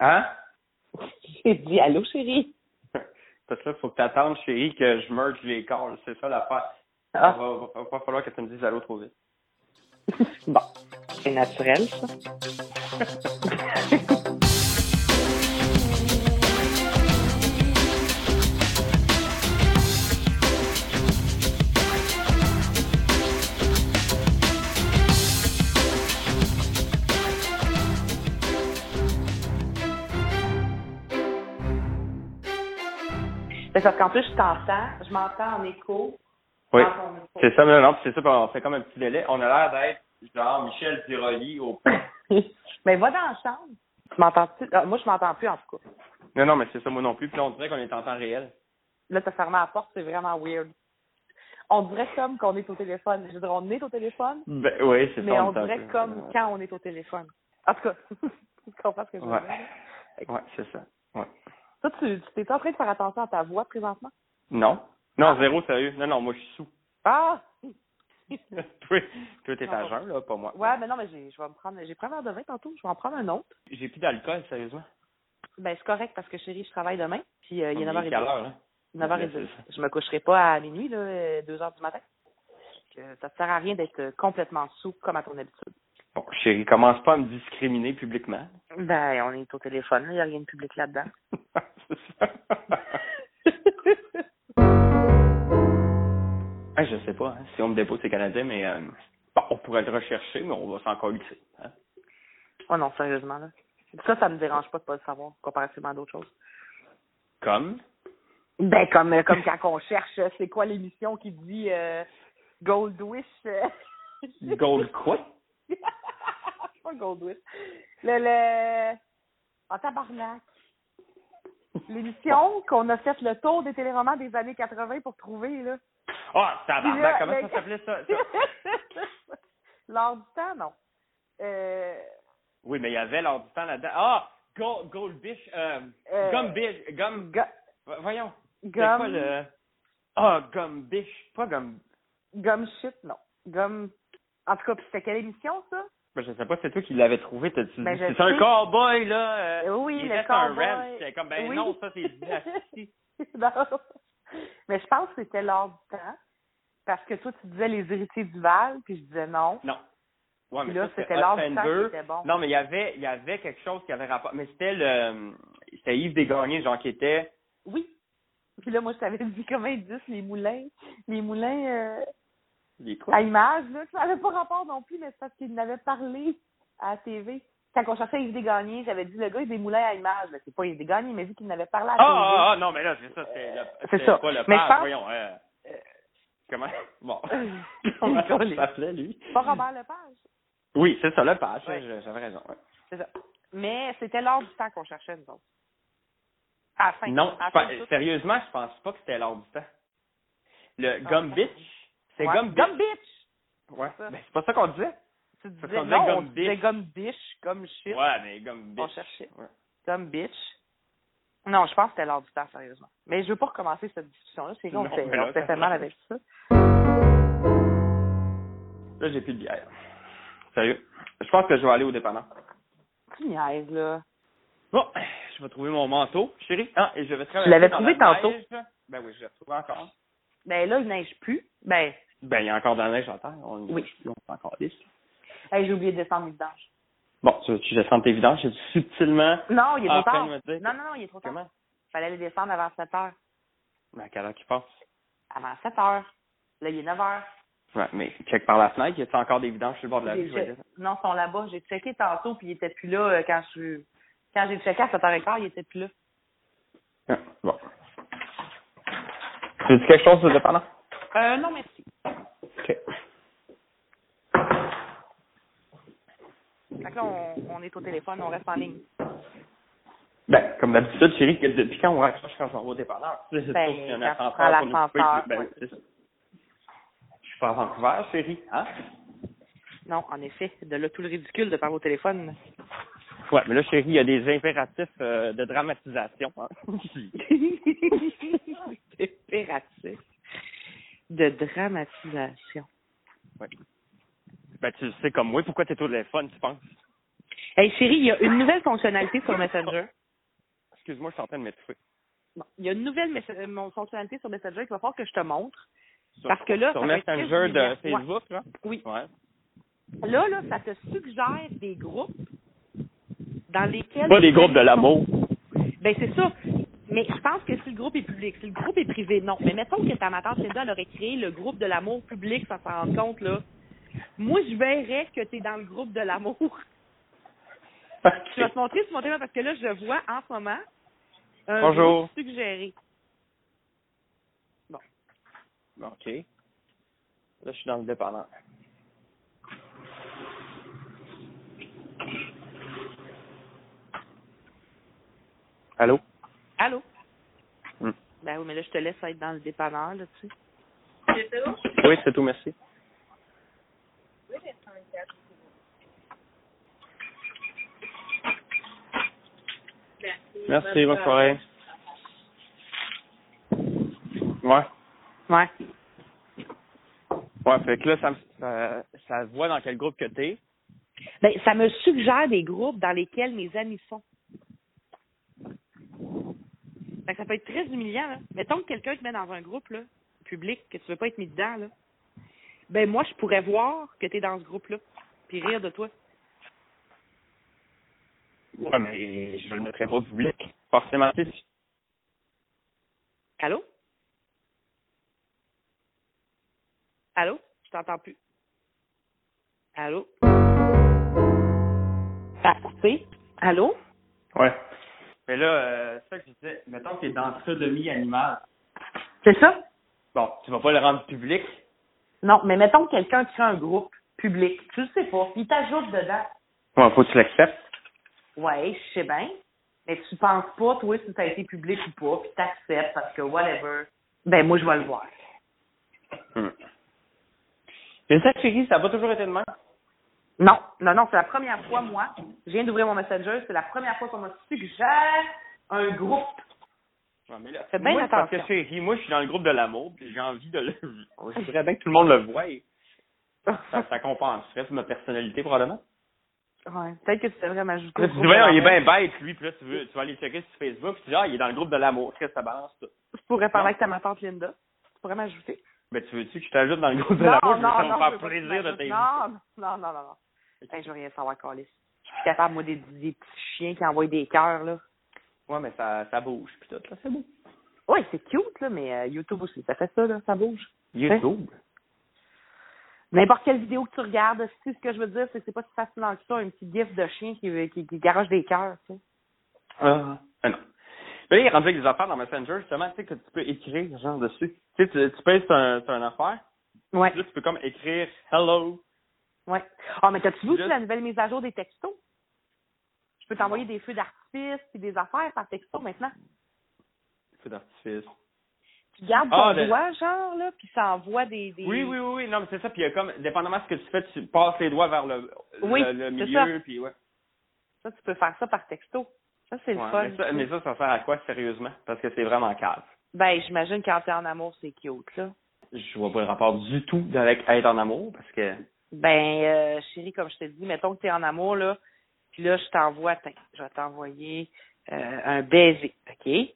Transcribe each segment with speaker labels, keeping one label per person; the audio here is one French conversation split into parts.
Speaker 1: Hein?
Speaker 2: J'ai dit allô, chérie.
Speaker 1: Parce que là, faut que t'attendes, chérie, que je merge les calls. C'est ça l'affaire.
Speaker 2: Ah.
Speaker 1: Va, va, va pas falloir que tu me dises allô trop vite.
Speaker 2: Bon, c'est naturel, ça. C'est parce qu'en plus, je t'entends, je m'entends en écho.
Speaker 1: Oui.
Speaker 2: dans ton micro.
Speaker 1: C'est ça, mais non, puis c'est ça, puis on fait comme un petit délai. On a l'air d'être genre Michel Tiroli au.
Speaker 2: Mais va dans la chambre. Tu m'entends-tu? Ah, moi, je m'entends plus, en tout cas.
Speaker 1: Non, non, mais c'est ça, moi non plus. Puis là, on dirait qu'on est en temps réel.
Speaker 2: Là, t'as fermé la porte, c'est vraiment weird. On dirait comme qu'on est au téléphone. Je dirais, on est au téléphone,
Speaker 1: Ben, oui, c'est ça.
Speaker 2: mais on
Speaker 1: est un
Speaker 2: dirait
Speaker 1: peu- euh,
Speaker 2: comme quand on est au téléphone. En tout cas, tu comprends ce que je veux
Speaker 1: Ouais.
Speaker 2: dire?
Speaker 1: Ouais, c'est ça. Ouais.
Speaker 2: Toi, tu, tu t'es en train de faire attention à ta voix présentement?
Speaker 1: Non. Non, zéro sérieux. Non, non, moi, je suis sous.
Speaker 2: Ah!
Speaker 1: toi, toi, t'es à jeun, là, pas moi.
Speaker 2: Ouais, mais non, mais j'ai, je vais me prendre, j'ai pris un verre de vin tantôt, je vais en prendre un autre.
Speaker 1: J'ai plus d'alcool, sérieusement.
Speaker 2: Ben, c'est correct parce que chérie, je travaille demain, puis euh, il est
Speaker 1: On est
Speaker 2: 9h30.
Speaker 1: quelle heure, là?
Speaker 2: 9h10. Je me coucherai pas à minuit, là, euh, 2h du matin. Que ça sert à rien d'être euh, complètement sous comme à ton habitude.
Speaker 1: Bon, chérie, commence pas à me discriminer publiquement.
Speaker 2: Ben, on est au téléphone, il n'y a rien de public là-dedans.
Speaker 1: c'est ça. Ah, je sais pas, hein, si on me dépose, c'est canadien, mais euh, bon, on pourrait le rechercher, mais on va s'en colisser. hein.
Speaker 2: oh non, sérieusement, là. Ça, ça me dérange pas de pas le savoir, comparativement à d'autres choses.
Speaker 1: Comme?
Speaker 2: Ben, comme, euh, comme quand on cherche, euh, c'est quoi l'émission qui dit euh, Goldwish? euh,
Speaker 1: Gold quoi?
Speaker 2: C'est pas Goldwish. Le, le... En tabarnak. L'émission qu'on a fait le tour des téléromans des années 80 pour trouver, là.
Speaker 1: Ah,
Speaker 2: Puis là,
Speaker 1: tabarnak, comment
Speaker 2: le-
Speaker 1: ça s'appelait ça? ça?
Speaker 2: L'heure du temps, non. Euh,
Speaker 1: Oui, mais il y avait l'heure du temps là-dedans. Ah! Go- Goldfish, euh,
Speaker 2: Euh,
Speaker 1: Gumbish, Gum,
Speaker 2: ga-
Speaker 1: Vo- voyons. C'est
Speaker 2: gomme,
Speaker 1: quoi le... Ah, Gumbish, pas Gum...
Speaker 2: gomme shit, non. Gomme. En tout cas, puis c'était quelle émission, ça?
Speaker 1: Ben, je sais pas, c'est toi qui l'avais trouvé, t'as-tu dit?
Speaker 2: Ben, je
Speaker 1: C'est un
Speaker 2: sais.
Speaker 1: cowboy, là! euh,
Speaker 2: Euh, oui,
Speaker 1: il
Speaker 2: le
Speaker 1: reste un
Speaker 2: cowboy.
Speaker 1: rap, c'était comme, ben
Speaker 2: Oui.
Speaker 1: non, ça, c'est de la ch'ti.
Speaker 2: non. Mais je pense que c'était l'heure du temps. Parce que toi, tu disais les héritiers du Val, puis je disais non.
Speaker 1: Non. Ouais,
Speaker 2: Puis
Speaker 1: mais
Speaker 2: là,
Speaker 1: ça,
Speaker 2: c'était l'heure du temps qui
Speaker 1: Offender.
Speaker 2: était bon.
Speaker 1: Non, mais il y avait, il y avait quelque chose qui avait rapport. Mais c'était le, c'était Yves Desgagnés, genre, qui était,
Speaker 2: Oui. Puis là, moi, je t'avais dit comment ils disent les moulins. Les moulins euh,
Speaker 1: il est
Speaker 2: à
Speaker 1: quoi?
Speaker 2: image, là, que ça n'avait pas rapport non plus, mais c'est parce qu'ils n'avaient parlé à la TV. Quand on cherchait Yves Desgagnés, j'avais dit le gars, il des moulins à image. Mais c'est pas Yves Desgagnés, mais vu qu'il n'avait parlé à
Speaker 1: Ah,
Speaker 2: la TV.
Speaker 1: ah, ah, non, mais là, c'est ça, c'est le,
Speaker 2: Euh, c'est
Speaker 1: c'est
Speaker 2: ça.
Speaker 1: pas le
Speaker 2: Mais je
Speaker 1: père,
Speaker 2: pense-
Speaker 1: voyons, euh,
Speaker 2: Euh,
Speaker 1: comment, bon.
Speaker 2: Euh,
Speaker 1: comment
Speaker 2: Colin.
Speaker 1: ça s'appelait, lui?
Speaker 2: Pas Robert Lepage.
Speaker 1: Oui, c'est ça, le page,
Speaker 2: Ouais.
Speaker 1: je- j'avais raison, ouais.
Speaker 2: C'est ça. Mais c'était l'heure du temps qu'on cherchait, nous autres. À la fin.
Speaker 1: Non,
Speaker 2: À la
Speaker 1: je pense-
Speaker 2: fin de tout.
Speaker 1: sérieusement, je pense pas que c'était l'heure du temps. Le
Speaker 2: Ah,
Speaker 1: Gum
Speaker 2: ouais.
Speaker 1: Bitch, c'est
Speaker 2: Ouais.
Speaker 1: Gum Bitch.
Speaker 2: Gum bitch.
Speaker 1: Ouais.
Speaker 2: ça.
Speaker 1: Mais c'est pas ça qu'on disait.
Speaker 2: Tu
Speaker 1: Parce
Speaker 2: disais
Speaker 1: qu'on disait
Speaker 2: non,
Speaker 1: gum
Speaker 2: on disait
Speaker 1: bitch.
Speaker 2: gum bitch, comme shit,
Speaker 1: Ouais, mais Gum
Speaker 2: on
Speaker 1: Bitch.
Speaker 2: cherchait.
Speaker 1: Ouais.
Speaker 2: Gum bitch. Non, je pense que c'était l'heure du temps, sérieusement. Mais je veux pas recommencer cette discussion-là, c'est qu'on
Speaker 1: Non,
Speaker 2: s'est
Speaker 1: mais là,
Speaker 2: on s'est
Speaker 1: ça-
Speaker 2: fait mal avec ça.
Speaker 1: Là, j'ai plus de bière. Sérieux. Je pense que je vais aller au dépanneur.
Speaker 2: Tu niaises, là.
Speaker 1: Bon, je vais trouver mon manteau, chérie. Ah, et je vais travailler.
Speaker 2: Tu l'avais
Speaker 1: dans
Speaker 2: trouvé
Speaker 1: la
Speaker 2: tantôt.
Speaker 1: neige. Ben oui, je l'ai retrouvé encore.
Speaker 2: Ben là, il neige plus. Ben,
Speaker 1: Ben, il y a encore de la neige en terre. On,
Speaker 2: Oui.
Speaker 1: On est encore lisse.
Speaker 2: hey, j'ai oublié de descendre mes vidanges.
Speaker 1: Bon, tu tu descends tes vidanges. J'ai subtilement.
Speaker 2: Non, il est
Speaker 1: Ah,
Speaker 2: trop tard.
Speaker 1: fais-le me dire.
Speaker 2: Non, non, non, il est trop tard.
Speaker 1: Comment?
Speaker 2: Fallait les descendre avant 7 heures.
Speaker 1: Mais à quelle heure qu'il passe?
Speaker 2: Avant 7 heures. Là, il est 9 heures.
Speaker 1: Ouais, mais check par la fenêtre. Y a-t-il encore des vidanges sur le bord de la
Speaker 2: J'ai
Speaker 1: rue? Je vais
Speaker 2: che-
Speaker 1: dire.
Speaker 2: Non, ils sont là-bas. J'ai checké tantôt, puis ils étaient plus là euh, quand je suis- Quand j'ai checké à 7h15, ils étaient plus là.
Speaker 1: Ah, bon. Tu dis quelque chose au dépanneur?
Speaker 2: Euh, non, merci.
Speaker 1: OK.
Speaker 2: Fait que là, on, on est au téléphone, on reste en ligne.
Speaker 1: Ben, comme d'habitude, chérie, que depuis quand on raccroche quand on va au dépanneur? Tu sais, c'est
Speaker 2: Ben,
Speaker 1: sûr qu'il y a un
Speaker 2: quand
Speaker 1: ascenseur
Speaker 2: tu
Speaker 1: pour nous
Speaker 2: prends
Speaker 1: couper,
Speaker 2: l'ascenseur,
Speaker 1: ben,
Speaker 2: ouais.
Speaker 1: c'est ça. Je suis pas à Vancouver, chérie, hein?
Speaker 2: Non, en effet, de là tout le ridicule de parler au téléphone.
Speaker 1: Ouais, mais là, chérie, il y a des impératifs euh, de dramatisation. Hein?
Speaker 2: Impératif. De dramatisation.
Speaker 1: ben, tu le sais comme moi, pourquoi t'es au téléphone, tu penses?
Speaker 2: Hey, chérie, il y a une nouvelle fonctionnalité sur Messenger.
Speaker 1: Excuse-moi, je suis en train de m'étouffer.
Speaker 2: Bon, il y a une nouvelle messe- euh, mon- fonctionnalité sur Messenger qu'il va falloir que je te montre.
Speaker 1: Sur-
Speaker 2: Parce que là,
Speaker 1: Sur
Speaker 2: ça va être
Speaker 1: Messenger
Speaker 2: très
Speaker 1: de
Speaker 2: divers.
Speaker 1: Facebook, là?
Speaker 2: Oui.
Speaker 1: Ouais.
Speaker 2: Là, là, ça te suggère des groupes dans lesquels...
Speaker 1: Pas des groupes de l'amour.
Speaker 2: Ben c'est ça. Mais je pense que si le groupe est public, si le groupe est privé, non. Mais mettons que ta maman Linda elle aurait créé le groupe de l'amour public, ça s'en rend compte, là. Moi, je verrais que tu es dans le groupe de l'amour. Je vais te montrer ce monter là parce que là, je vois en ce moment un
Speaker 1: Bonjour.
Speaker 2: groupe suggéré.
Speaker 1: OK. Là, je suis dans le dépendant. Allô?
Speaker 2: Allô?
Speaker 1: Hmm.
Speaker 2: Ben oui, mais là, je te laisse être dans le dépanneur, là, tu sais.
Speaker 1: Oui, c'est tout, merci. Merci, bonne soirée. Ouais.
Speaker 2: Ouais.
Speaker 1: Ouais, fait que là, ça, me- ça, ça voit dans quel groupe que t'es.
Speaker 2: Ben, ça me suggère des groupes dans lesquels mes amis sont. Fait que ça peut être très humiliant, là. Mettons que quelqu'un te met dans un groupe, là, public, que tu veux pas être mis dedans, là. Ben, moi, je pourrais voir que t'es dans ce groupe-là, puis rire de toi.
Speaker 1: Ouais, mais je le mettrais pas au public. Forcément, tu sais,
Speaker 2: Allô? Allô? Je t'entends plus. Allô? Ça a coupé. Allô?
Speaker 1: Ouais. Mais là, euh, c'est ça que je disais, mettons que t'es dans ça demi-animal.
Speaker 2: C'est ça?
Speaker 1: Bon, tu vas pas le rendre public.
Speaker 2: Non, mais mettons que quelqu'un crée un groupe public. Tu le sais pas. Il t'ajoute dedans.
Speaker 1: Ouais, faut que tu l'acceptes.
Speaker 2: Ouais, je sais bien. Mais tu penses pas, toi, si ça a été public ou pas, puis t'acceptes parce que whatever. Ben, moi, je vais le voir.
Speaker 1: Hmm. Mais ça, chérie, ça a pas toujours été de même.
Speaker 2: Non, non, non, c'est la première fois, moi. Je viens d'ouvrir mon Messenger. C'est la première fois qu'on m'a suggéré un groupe.
Speaker 1: Non, mais là,
Speaker 2: Fais bien
Speaker 1: moi, c'est parce que,
Speaker 2: attention.
Speaker 1: chérie, moi, je suis dans le groupe de l'amour, puis j'ai envie de le... Je voudrais bien que tout le monde le voie. Ça, ça compenserait sur ma personnalité, probablement.
Speaker 2: Ouais, peut-être que tu devrais m'ajouter.
Speaker 1: Tu
Speaker 2: au
Speaker 1: dis,
Speaker 2: groupe
Speaker 1: voyons, il est
Speaker 2: de la-
Speaker 1: bien bête, lui, puis là, tu, veux, tu vas aller checker sur Facebook, puis tu dis, ah, il est dans le groupe de l'amour. Qu'est-ce que ça balance, ça?
Speaker 2: Je pourrais parler avec ta ma tante Linda. Tu pourrais m'ajouter.
Speaker 1: Mais Ben, tu veux-tu que je t'ajoute dans le groupe de l'amour? Je veux ça me
Speaker 2: je veux
Speaker 1: faire
Speaker 2: pas que tu
Speaker 1: plaisir de
Speaker 2: m'ajoutes.
Speaker 1: t'aimer.
Speaker 2: Non, non, non, non, non. Hey, je veux rien savoir, Calis. Je suis plus capable, moi, des, des petits chiens qui envoient des cœurs, là.
Speaker 1: Ouais, mais ça, ça bouge, puis tout, là, c'est beau.
Speaker 2: Ouais, c'est cute, là, mais euh, YouTube aussi, ça fait ça, là, ça bouge. Hein?
Speaker 1: YouTube?
Speaker 2: N'importe quelle vidéo que tu regardes, si ce que je veux dire, c'est que c'est pas si fascinant que ça, un petit gif de chien qui, qui, qui garoche des cœurs, tu sais.
Speaker 1: Ah, ah non. Mais là, il est rendu avec des affaires dans Messenger, justement, tu sais, que tu peux écrire, genre, dessus. Tu sais, tu, tu payes sur un, sur une affaire,
Speaker 2: Ouais,
Speaker 1: puis là, tu peux comme écrire « Hello
Speaker 2: ouais. Ah, mais t'as-tu vu aussi
Speaker 1: Juste-
Speaker 2: la nouvelle mise à jour des textos? Je peux t'envoyer des feux d'artifice et des affaires par texto maintenant. ».
Speaker 1: Feu d'artifice.
Speaker 2: Tu gardes ton
Speaker 1: Ah, le-
Speaker 2: doigt, genre, là, puis ça envoie des... des...
Speaker 1: Oui, oui, oui, oui, non, mais c'est ça, puis il y a comme, dépendamment de ce que tu fais, tu passes les doigts vers le,
Speaker 2: Oui,
Speaker 1: le, le
Speaker 2: c'est
Speaker 1: milieu, puis ouais.
Speaker 2: Ça, tu peux faire ça par texto. Ça, c'est le
Speaker 1: Ouais,
Speaker 2: fun.
Speaker 1: mais, ça, mais ça, ça sert à quoi, sérieusement? Parce que c'est vraiment cave.
Speaker 2: Ben, j'imagine quand t'es en amour, c'est cute, là.
Speaker 1: Je vois pas le rapport du tout avec être en amour, parce que...
Speaker 2: Ben, euh, chérie, comme je te dis, mettons que t'es en amour, là, puis là, je t'envoie, attends, je vais t'envoyer euh, un baiser, OK?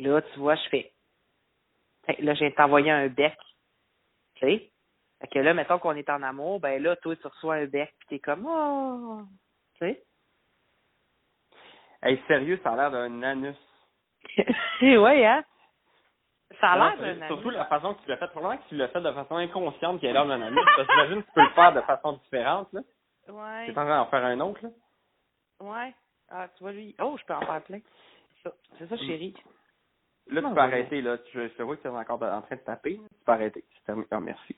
Speaker 2: Là, tu vois, je fais, Fait que là, je viens de t'envoyer un bec, tu sais? Fait que là, mettons qu'on est en amour, ben là, toi, tu reçois un bec, puis t'es comme, oh, tu sais?
Speaker 1: Hey, sérieux, ça a l'air d'un anus.
Speaker 2: Et ouais, hein? Ça
Speaker 1: Non,
Speaker 2: a
Speaker 1: c'est-
Speaker 2: l'air d'un
Speaker 1: Surtout
Speaker 2: ami.
Speaker 1: la façon que tu l'as fait. Probablement que tu l'as fait de façon inconsciente qu'il a l'air d'un ami. Parce que j'imagine que tu peux le faire de façon différente. Là. Tu
Speaker 2: Ouais,
Speaker 1: es en train d'en faire un autre. Là.
Speaker 2: ouais. Ah, tu vois, lui, oh, je peux en faire plein. C'est ça, c'est ça chérie.
Speaker 1: Là,
Speaker 2: Non,
Speaker 1: tu
Speaker 2: mais-
Speaker 1: peux arrêter. Là. Tu- Je, vois que tu es encore en train de taper. là. Tu peux arrêter. C'est terminé. Ah, merci.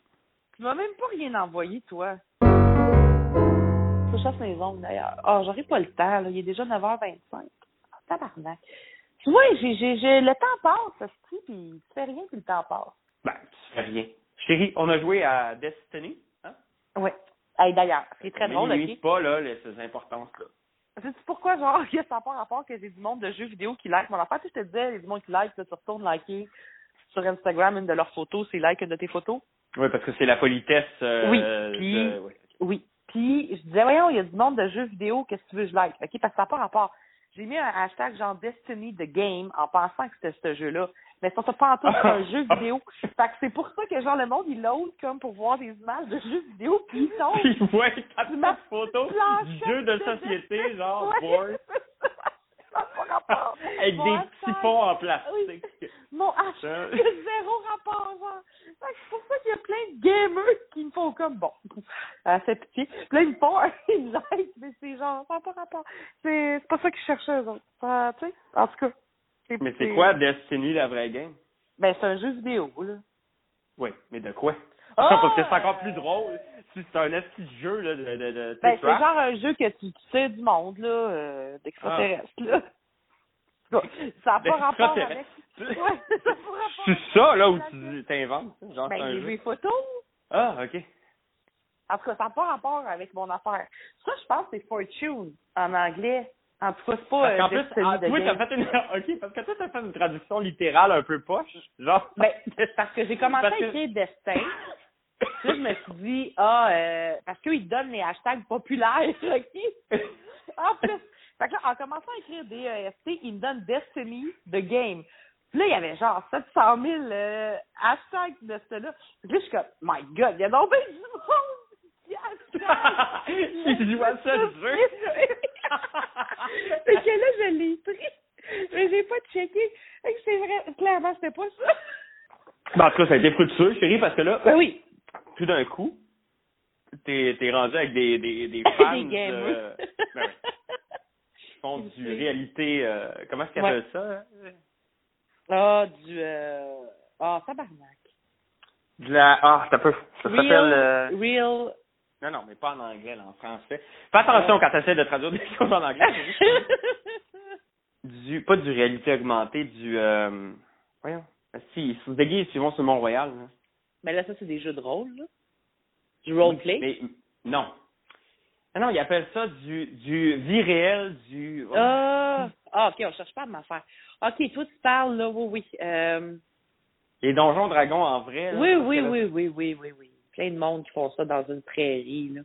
Speaker 2: Tu m'as même pas rien envoyé, toi. Faut que je chasse mes ongles, d'ailleurs. Ah, j'aurai pas le temps, là. Il est déjà 9h25. Ah, tabarnak. Tu vois, j'ai, j'ai, j'ai- le temps passe, ce puis tu fais rien, puis le temps passe.
Speaker 1: Ben, tu fais rien. Chérie, on a joué à Destiny. Hein?
Speaker 2: Ouais. Hey, d'ailleurs, c'est très
Speaker 1: Mais
Speaker 2: drôle,
Speaker 1: n'élimine
Speaker 2: OK?
Speaker 1: pas là, les, ces importances-là.
Speaker 2: Sais-tu pourquoi, genre, il y a ça par rapport que j'ai du monde de jeux vidéo qui like mon affaire? Tu sais, je te disais, il y a du monde qui like, là, tu retournes liker sur Instagram une de leurs photos, c'est like une de tes photos.
Speaker 1: Oui, parce que c'est la politesse. euh,
Speaker 2: Oui,
Speaker 1: de-
Speaker 2: puis-
Speaker 1: ouais.
Speaker 2: Oui. Puis je disais, voyons, il y a du monde de jeux vidéo, qu'est-ce que tu veux que je like? OK, parce que ça n'a pas rapport. J'ai mis un hashtag genre Destiny the Game en pensant que c'était ce jeu-là. Mais ça pas en tout c'est un jeu vidéo. Fait que c'est pour ça que genre le monde il load comme pour voir des images de jeux vidéo puis ils sont
Speaker 1: Puis ouais, t'as pris ma photo du
Speaker 2: Planchette
Speaker 1: jeu de
Speaker 2: de-
Speaker 1: société, genre,
Speaker 2: Ouais,
Speaker 1: board,
Speaker 2: c'est ça. Ça n'a pas rapport.
Speaker 1: avec
Speaker 2: Mon
Speaker 1: des
Speaker 2: hashtag-
Speaker 1: petits fonds en
Speaker 2: Oui.
Speaker 1: plastique.
Speaker 2: Mon hashtag, zéro rapport, genre. Fait que c'est pour ça qu'il y a plein de gamers qui me font comme, bon, à cette pitié. Puis là, ils me font un like, mais c'est genre, ça n'a pas rapport. C'est c'est pas ça qu'ils cherchaient, eux autres. Ça, tu sais, en tout cas.
Speaker 1: Mais c'est quoi Destiny, la vraie game?
Speaker 2: Ben, c'est un jeu vidéo, là.
Speaker 1: Oui, mais de quoi?
Speaker 2: Ah!
Speaker 1: Parce que c'est encore plus drôle. Si c'est un petit jeu là, de, de, de
Speaker 2: Ben, c'est
Speaker 1: trap.
Speaker 2: genre un jeu que tu tu sais du monde, là, euh, d'extraterrestres, là. En tout cas, Ça n'a pas rapport avec...
Speaker 1: Ah. D'extraterrestres.
Speaker 2: Ouais, ça n'a pas
Speaker 1: Ben,
Speaker 2: rapport
Speaker 1: C'est
Speaker 2: avec-
Speaker 1: ça là où tu t'inventes, hein, genre c'est
Speaker 2: Ben,
Speaker 1: un
Speaker 2: les
Speaker 1: jeu.
Speaker 2: les photos.
Speaker 1: Ah, ok.
Speaker 2: En tout cas, ça n'a pas rapport avec mon affaire. Ça, je pense que c'est Fortune en anglais. En tout cas, c'est pas
Speaker 1: Parce
Speaker 2: euh,
Speaker 1: qu'en plus,
Speaker 2: Destiny
Speaker 1: ah,
Speaker 2: de
Speaker 1: toi,
Speaker 2: Game.
Speaker 1: t'as fait une. Ok, parce que toi, t'as fait une traduction littérale un peu poche. Genre.
Speaker 2: Ben, parce que j'ai commencé
Speaker 1: Parce
Speaker 2: à
Speaker 1: que-
Speaker 2: écrire Destin. Puis là, je me suis dit, ah, euh, parce qu'eux, ils donnent les hashtags populaires, OK? En plus. Fait que là, en commençant à écrire DEST, ils me donnent Destiny, The Game. Puis là, il y avait genre 700 000 euh, hashtags de cela. Puis là, je suis comme, my God, il y a donc bien du monde qui hashtag.
Speaker 1: Ils jouent à ce jeu.
Speaker 2: Fait que là, je l'ai pris. Mais j'ai pas checké. Fait que c'est vrai, clairement, c'était pas ça.
Speaker 1: Ben, en tout cas, ça a été fructueux, chérie, parce que là,
Speaker 2: Ben oui.
Speaker 1: tout d'un coup, t'es t'es rendu avec des, des, des fans
Speaker 2: Des gamers.
Speaker 1: euh, ben oui, qui font du réalité. euh, comment est-ce qu'ils
Speaker 2: Ouais.
Speaker 1: appellent ça? hein?
Speaker 2: Ah, du. euh, Ah, tabarnak.
Speaker 1: De la. Ah, ça peut. Ça
Speaker 2: Real-
Speaker 1: s'appelle. euh,
Speaker 2: Real.
Speaker 1: Non, non, mais pas en anglais, là, en français. Fais attention quand t'essaies de traduire des choses en anglais. chérie. du. Pas du réalité augmentée, du. Euh, voyons. Si, si vous déguisez, ils vont sur Mont-Royal. là.
Speaker 2: Mais là, ça, c'est des jeux de rôle, là. Du roleplay.
Speaker 1: Mais non. Ah Non, non, ils appellent ça du, du vie réelle, du.
Speaker 2: Ah, ah, ok, on cherche pas à m'en faire. Ok, toi, tu parles, là, oui, oui. Euh,
Speaker 1: Les donjons dragons en vrai. là,
Speaker 2: Oui,
Speaker 1: parce
Speaker 2: oui,
Speaker 1: que là,
Speaker 2: oui, oui, oui, oui, oui. Plein de monde qui font ça dans une prairie, là.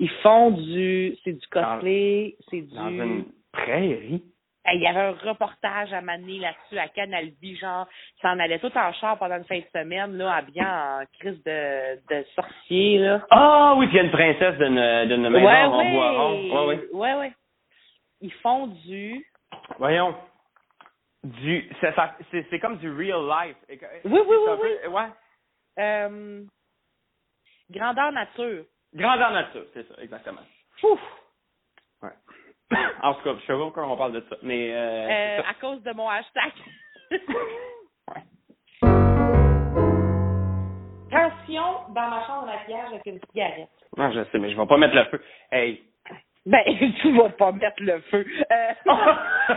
Speaker 2: Ils font du. C'est du cosplay, c'est du.
Speaker 1: Dans une prairie.
Speaker 2: Hey, Il y avait un reportage à Mané là-dessus, à Canal Vie, genre, ils s'en allaient tout en char pendant une fin de semaine, là, habillants en crise de, de sorcier, là.
Speaker 1: Ah oui, puis il y a une princesse d'une d'une maison en bois rond. Ouais, ouais.
Speaker 2: ouais, ouais. Ils font du...
Speaker 1: Voyons. Du, ça- ça- c'est c'est comme du real life. Et que-
Speaker 2: Oui, oui,
Speaker 1: c'est un
Speaker 2: oui, oui.
Speaker 1: peu- Ouais.
Speaker 2: Euh, grandeur nature.
Speaker 1: Grandeur nature, c'est ça, exactement.
Speaker 2: Ouf!
Speaker 1: Ouais. en tout cas, je sais pas pourquoi on parle de ça, mais. Euh,
Speaker 2: Euh,
Speaker 1: c'est ça.
Speaker 2: à cause de mon hashtag.
Speaker 1: Ouais.
Speaker 2: Tension dans ma chambre à maquillage avec une cigarette.
Speaker 1: Non, je sais, mais je vais pas mettre le feu. Hey.
Speaker 2: Ben, tu vas pas mettre le feu. Euh,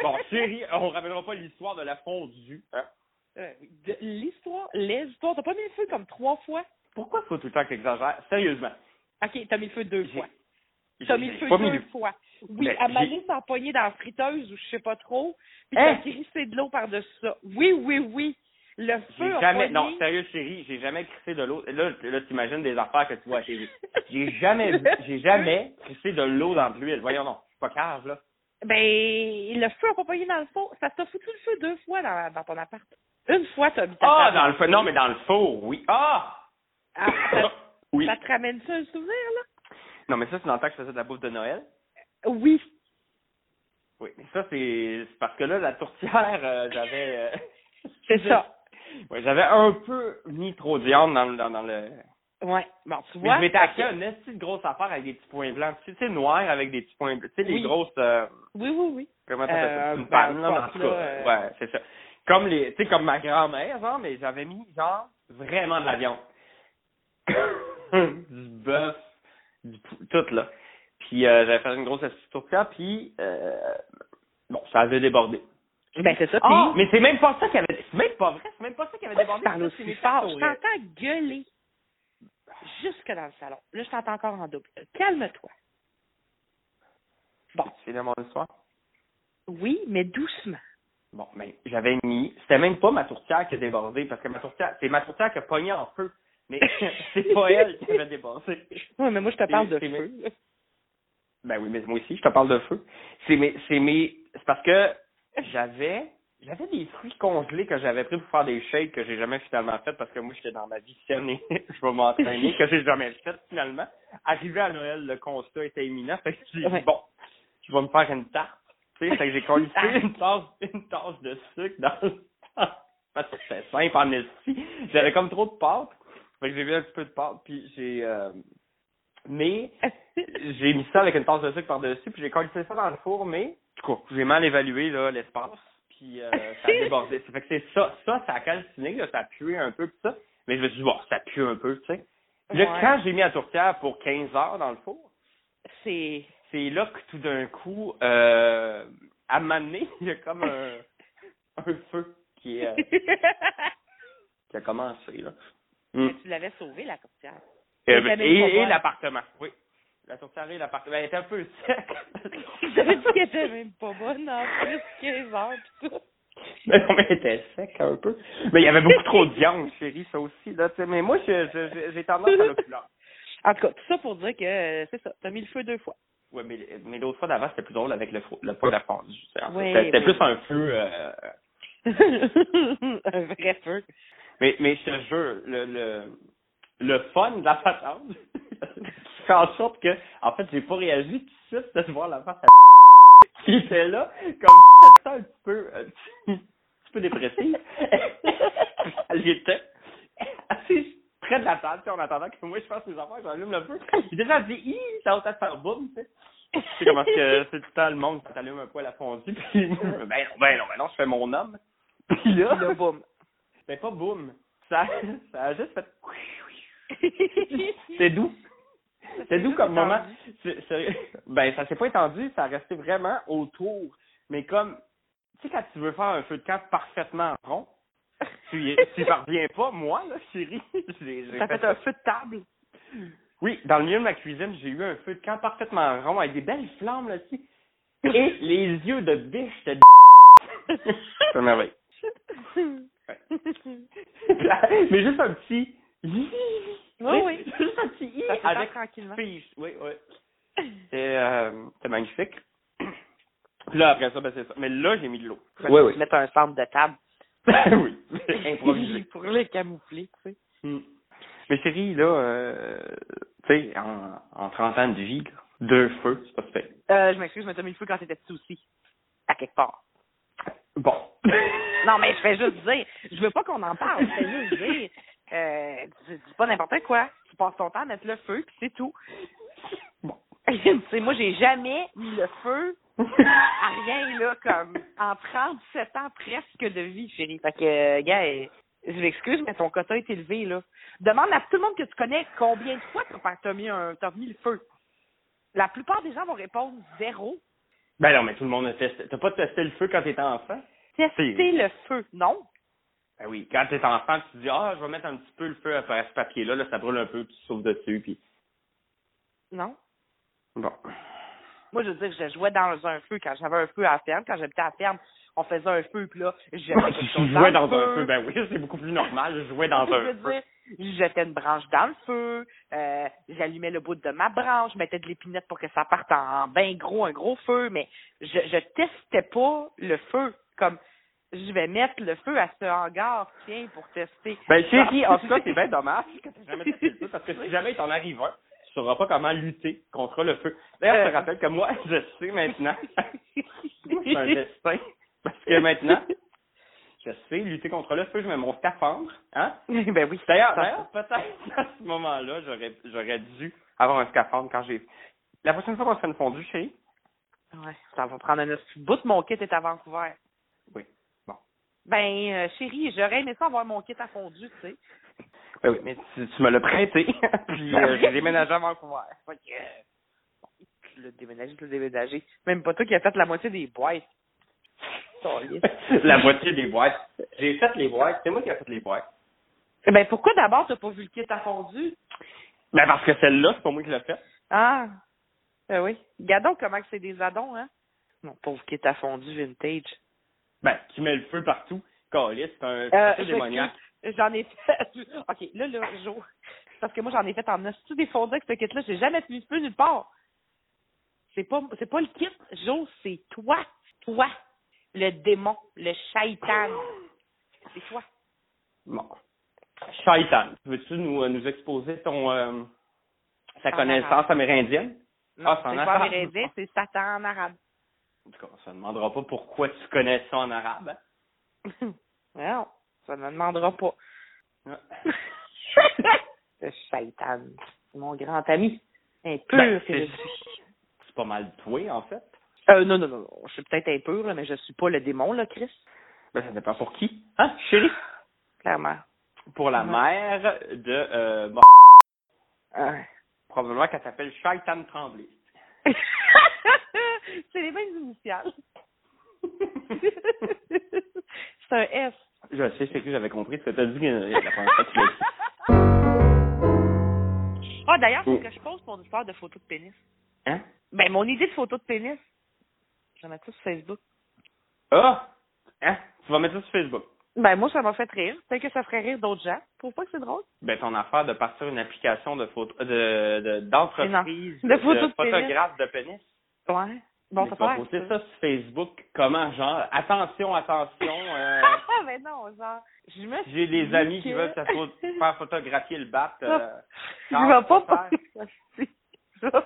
Speaker 1: bon, chérie, on rappellera pas l'histoire de la fondue. hein.
Speaker 2: Euh, de- L'histoire, les histoires. T'as pas mis le feu comme trois fois?
Speaker 1: Pourquoi faut tout le temps que t'exagères? Sérieusement.
Speaker 2: OK, t'as mis le feu deux
Speaker 1: J'ai-
Speaker 2: fois.
Speaker 1: J'ai-
Speaker 2: T'as mis le
Speaker 1: j'ai
Speaker 2: feu
Speaker 1: pas
Speaker 2: deux
Speaker 1: mis le-
Speaker 2: fois. Oui,
Speaker 1: Ben,
Speaker 2: à
Speaker 1: j'ai-
Speaker 2: Mané s'est empoignée dans la friteuse ou je sais pas trop, puis
Speaker 1: Hein?
Speaker 2: t'as crissé de l'eau par-dessus ça. Oui, oui, oui. Le
Speaker 1: J'ai
Speaker 2: feu a
Speaker 1: jamais,
Speaker 2: pogné.
Speaker 1: non, sérieux, chérie, j'ai jamais crissé de l'eau. Là, là, t'imagines des affaires que tu vois à la télé. J'ai jamais, j'ai jamais crissé de l'eau dans de l'huile. Voyons, non, c'est pas cave, là.
Speaker 2: Ben, le feu a pas pogné dans le four. Ça t'a foutu le feu deux fois dans, dans ton appart. Une fois, t'as mis ta
Speaker 1: Ah,
Speaker 2: table.
Speaker 1: dans le feu, non, mais dans le four, oui. Ah!
Speaker 2: Ah, ça,
Speaker 1: oui.
Speaker 2: ça te ramène ça un souvenir, là?
Speaker 1: Non, mais ça, c'est dans le temps que je faisais de la bouffe de Noël.
Speaker 2: Oui.
Speaker 1: Oui, mais ça, c'est c'est parce que là, la tourtière, euh, j'avais... euh,
Speaker 2: C'est ça.
Speaker 1: Ouais, j'avais un peu mis trop d'iande dans, le- dans, dans le...
Speaker 2: Ouais. Bon, tu
Speaker 1: Mais
Speaker 2: vois.
Speaker 1: je m'étais acheté une petite grosse affaire avec des petits points blancs. Tu sais, tu sais, noir avec des petits points blancs. Tu sais, les
Speaker 2: Oui.
Speaker 1: grosses... euh,
Speaker 2: Oui, oui, oui.
Speaker 1: Comment ça s'appelle?
Speaker 2: Euh,
Speaker 1: une
Speaker 2: ben,
Speaker 1: panne, là, mais en
Speaker 2: porte,
Speaker 1: tout cas.
Speaker 2: là, euh,
Speaker 1: Ouais, c'est ça. Comme les, tu sais, comme ma grand-mère, genre, mais j'avais mis, genre, vraiment de la viande. du bœuf, du pou- tout, là. Puis, euh, j'avais fait une grosse assistourca, puis, euh, bon, ça avait débordé.
Speaker 2: Ben, c'est ça.
Speaker 1: Ah,
Speaker 2: puis-
Speaker 1: mais c'est même pas ça qui avait, c'est même pas vrai, c'est même pas ça qui avait
Speaker 2: Pourquoi tu
Speaker 1: débordé.
Speaker 2: parles
Speaker 1: c'est
Speaker 2: aussi
Speaker 1: mes
Speaker 2: fort? hein? Je
Speaker 1: tatourages.
Speaker 2: t'entends gueuler. Jusque dans le salon. Là, je t'entends encore en double. Calme-toi. Bon.
Speaker 1: C'est dans mon histoire.
Speaker 2: Oui, mais doucement.
Speaker 1: Bon, ben, mais j'avais mis. C'était même pas ma tourtière qui a débordé, parce que ma tourtière, c'est ma tourtière qui a pogné en feu. Mais c'est pas elle qui m'a dépassé.
Speaker 2: Oui, mais moi, je te parle de
Speaker 1: c'est mes-
Speaker 2: feu.
Speaker 1: Ben oui, mais moi aussi, je te parle de feu. C'est mes, c'est mes, c'est parce que j'avais, j'avais des fruits congelés que j'avais pris pour faire des shakes que j'ai jamais finalement fait parce que moi, j'étais dans ma vie saine et je vais m'entraîner que j'ai jamais fait finalement. Arrivé à Noël, le constat était imminent. Fait que j'ai
Speaker 2: Ouais.
Speaker 1: dit, bon, je vais me faire une tarte. Tu sais, fait que j'ai collissé une tasse, une tasse de sucre dans le parce que c'était simple en esti. J'avais comme trop de pâte. Fait que j'ai mis un petit peu de pâte puis j'ai, euh, mais, j'ai mis ça avec une tasse de sucre par-dessus, puis j'ai collé ça dans le four, mais en tout cas, j'ai mal évalué là, l'espace, puis euh, ça a débordé. Ça fait que c'est ça, ça, ça a calciné, là, ça a pué un peu, puis ça. Mais je me suis dit, bon, ça pue un peu, tu sais. Puis Là,
Speaker 2: Ouais.
Speaker 1: quand j'ai mis la tourtière pour 15 heures dans le four,
Speaker 2: C'est.
Speaker 1: c'est là que tout d'un coup, euh, à m'amener, il y a comme un, un feu qui, est, euh, qui a commencé, là. Mm.
Speaker 2: Mais tu l'avais sauvé, la tourtière.
Speaker 1: Euh,
Speaker 2: Mais t'avais
Speaker 1: et
Speaker 2: pas
Speaker 1: et
Speaker 2: voir.
Speaker 1: l'appartement, oui. La tourtière et l'appartement. Ben, Elle était un peu sec.
Speaker 2: J'avais dit qu'elle était même pas bonne en plus 15 heures pis tout.
Speaker 1: Mais non, mais elle était sec un peu. Mais il y avait beaucoup trop de viande, chérie, ça aussi. Là, tu sais. mais moi, je- je- je- j'ai tendance à l'opulence.
Speaker 2: En tout cas, tout ça pour dire que euh, c'est ça, t'as mis le feu deux fois.
Speaker 1: Oui, mais, mais l'autre fois d'avant, c'était plus drôle avec le, fro- le poêle à fondue. tu sais. En fait,
Speaker 2: Oui,
Speaker 1: c'était c'était
Speaker 2: oui.
Speaker 1: plus un feu. euh,
Speaker 2: Un vrai feu.
Speaker 1: mais, mais je te jure, le, le, le fun de la patate fait en sorte que, en fait, j'ai pas réagi tout de suite de voir la face à qui était là, comme ça, un petit peu, euh, un petit peu dépressive. Elle était assise près de la table, tu sais, en attendant que moi je fasse mes affaires, j'allume le feu. Puis déjà, elle dit, hi, ça va te faire boum, tu sais. Tu sais comment est-ce que c'est tout le temps le monde quand t'allumes un poêle à fondue, puis ben non, ben non, ben non, je fais mon homme. Puis là,
Speaker 2: Le boum.
Speaker 1: ben pas boum, ça, ça a juste fait... C'est doux. C'est doux comme moment. C'est- c'est- Ben, ça s'est pas étendu, ça a resté vraiment autour. Mais comme, tu sais, quand tu veux faire un feu de camp parfaitement rond, tu y, tu y parviens pas. Moi, là, chérie, j'ai j'ai
Speaker 2: Ça fait un feu de table.
Speaker 1: Oui, dans le milieu de ma cuisine, j'ai eu un feu de camp parfaitement rond avec des belles flammes là-dessus. Et les yeux de biche de C'est merveilleux. Mais juste un petit... Oui,
Speaker 2: Oui, oui.
Speaker 1: Juste un petit... i
Speaker 2: Ça fait
Speaker 1: avec
Speaker 2: ça tranquillement.
Speaker 1: Puis, oui, oui. C'était euh, c'était magnifique. Puis là, après ça, ben c'est ça. Mais là, j'ai mis de l'eau.
Speaker 2: Mettre un centre de table.
Speaker 1: oui. Improvisé.
Speaker 2: pour le camoufler, tu sais.
Speaker 1: Mm. Mais chérie, là, euh, tu sais, en, en 30 ans de vie, là, deux feux, c'est pas fait.
Speaker 2: Euh, je m'excuse, mais t'as mis le feu quand t'étais petit aussi. À quelque part.
Speaker 1: Bon.
Speaker 2: Non, mais je fais juste dire. Je veux pas qu'on en parle. Je fais juste dire. Euh, tu dis pas n'importe quoi. Tu passes ton temps à mettre le feu, puis c'est tout.
Speaker 1: Bon.
Speaker 2: tu sais, moi, j'ai jamais mis le feu à rien, là, comme en 37 ans presque de vie, chérie. Fait que, euh, gars, euh, je m'excuse, mais ton quota est élevé, là. Demande à tout le monde que tu connais combien de fois t'as pas- t'as mis, un- t'as mis le feu. La plupart des gens vont répondre zéro.
Speaker 1: Ben non, mais tout le monde a testé. T'as pas testé le feu quand t'étais enfant?
Speaker 2: Tester le feu. Non.
Speaker 1: Ben oui, quand t'es enfant, tu dis, ah, je vais mettre un petit peu le feu à à ce papier-là, là, ça brûle un peu, puis tu sauves dessus, puis
Speaker 2: Non.
Speaker 1: bon.
Speaker 2: Moi, je veux dire, je jouais dans un feu quand j'avais un feu à la ferme. Quand j'habitais à la ferme, on faisait un feu, puis là, je jetais quelque chose
Speaker 1: Je jouais dans un feu, ben oui, c'est beaucoup plus normal, je jouais dans
Speaker 2: Je veux
Speaker 1: un feu.
Speaker 2: dire, je jetais une branche dans le feu, euh, j'allumais le bout de ma branche, je mettais de l'épinette pour que ça parte en ben gros, un gros feu, mais je, je testais pas le feu. Comme, je vais mettre le feu à ce hangar, tiens, pour tester.
Speaker 1: Ben, chérie,
Speaker 2: ah,
Speaker 1: en tout cas, c'est bien dommage que t'aies jamais testé le feu, parce que si jamais il t'en arrive un, tu sauras pas comment lutter contre le feu. D'ailleurs, je
Speaker 2: Euh.
Speaker 1: te rappelle que moi, je sais maintenant, c'est un destin, parce que maintenant, je sais lutter contre le feu, je mets mon scaphandre, hein?
Speaker 2: ben oui,
Speaker 1: D'ailleurs,
Speaker 2: ça-
Speaker 1: d'ailleurs, peut-être, à ce moment-là, j'aurais, j'aurais dû avoir un scaphandre quand j'ai... La prochaine fois qu'on se fait une fondue, chérie,
Speaker 2: Ouais, ça va prendre un petit bout. Mon kit est à Vancouver.
Speaker 1: Oui, bon.
Speaker 2: Ben, euh, chérie, j'aurais aimé ça avoir mon kit à fondu, tu sais.
Speaker 1: ben oui, mais tu, tu me l'as prêté, puis
Speaker 2: Ben
Speaker 1: euh, j'ai déménagé à Vancouver.
Speaker 2: Fait que, euh, bon, tu l'as déménagé, tu l'as déménagé. Même pas toi qui as fait la moitié des boîtes. Caliste.
Speaker 1: La moitié des boîtes. J'ai fait les boîtes, c'est moi qui ai fait les boîtes.
Speaker 2: Eh Ben, pourquoi d'abord t'as pas vu le kit à fondu?
Speaker 1: Ben parce que celle-là, c'est pas moi qui l'ai faite.
Speaker 2: Ah, ben oui. Regardons comment que c'est des addons, hein. Mon pauvre kit à fondu vintage.
Speaker 1: Ben, tu mets le feu partout. Calais, c'est un
Speaker 2: Euh,
Speaker 1: c'est
Speaker 2: je m'excuse.
Speaker 1: démoniaque.
Speaker 2: J'en ai fait. OK, là, là, Jo. Parce que moi, j'en ai fait en astu des fondus avec ce kit-là. J'ai jamais tenu peu nulle part. C'est pas, c'est pas le kit, Jo, c'est toi. Toi. Le démon. Le shaitan. C'est toi.
Speaker 1: Bon. Shaitan, veux-tu nous, euh, nous exposer ton euh, ta
Speaker 2: En
Speaker 1: connaissance
Speaker 2: arabe.
Speaker 1: amérindienne?
Speaker 2: Non,
Speaker 1: Ah, c'est en
Speaker 2: c'est
Speaker 1: arabe.
Speaker 2: pas amérindien, c'est Satan en arabe.
Speaker 1: En tout cas, on se demandera pas pourquoi tu connais ça en arabe. hein.
Speaker 2: non, ça ne me demandera pas.
Speaker 1: Ouais.
Speaker 2: le shaitan. C'est mon grand ami. Impur
Speaker 1: Ben,
Speaker 2: que
Speaker 1: c'est
Speaker 2: je suis.
Speaker 1: c'est pas mal toi, en fait.
Speaker 2: Euh, non, non, non, non. Je suis peut-être impur, là, mais je suis pas le démon, là, Chris.
Speaker 1: Ben, ça dépend pour qui. Hein, chérie?
Speaker 2: Clairement.
Speaker 1: Pour la
Speaker 2: Ouais.
Speaker 1: mère de... Euh, bon,
Speaker 2: Hein.
Speaker 1: probablement qu'elle s'appelle Shaitan Tremblay.
Speaker 2: c'est les mêmes initiales. c'est un S.
Speaker 1: Je sais, c'est que j'avais compris ce que t'as dit euh, la première fois que tu l'as dit.
Speaker 2: Ah, d'ailleurs,
Speaker 1: Oh.
Speaker 2: c'est ce que je pose pour nous faire de photos de pénis.
Speaker 1: Hein?
Speaker 2: Ben, mon idée de photo de pénis. J'en ai tout sur Facebook.
Speaker 1: Ah! Hein? Tu vas mettre ça sur Facebook.
Speaker 2: Ben, moi, ça m'a fait rire. Peut-être que ça ferait rire d'autres gens. Trouve pas que c'est drôle?
Speaker 1: Ben, ton affaire de partir une application de photo, de, de, d'entreprise,
Speaker 2: Mais non. De photos de pénis.
Speaker 1: photographe de pénis.
Speaker 2: Ouais. Bon,
Speaker 1: Mais
Speaker 2: ça
Speaker 1: tu vas
Speaker 2: fait
Speaker 1: poster ça sur Facebook, comment, genre, attention, attention, euh,
Speaker 2: Ah, ben non, genre, je me
Speaker 1: j'ai des amis qui veulent se pho- faire photographier le bat,
Speaker 2: Ah.
Speaker 1: euh,
Speaker 2: Je vais pas
Speaker 1: faire.
Speaker 2: faire.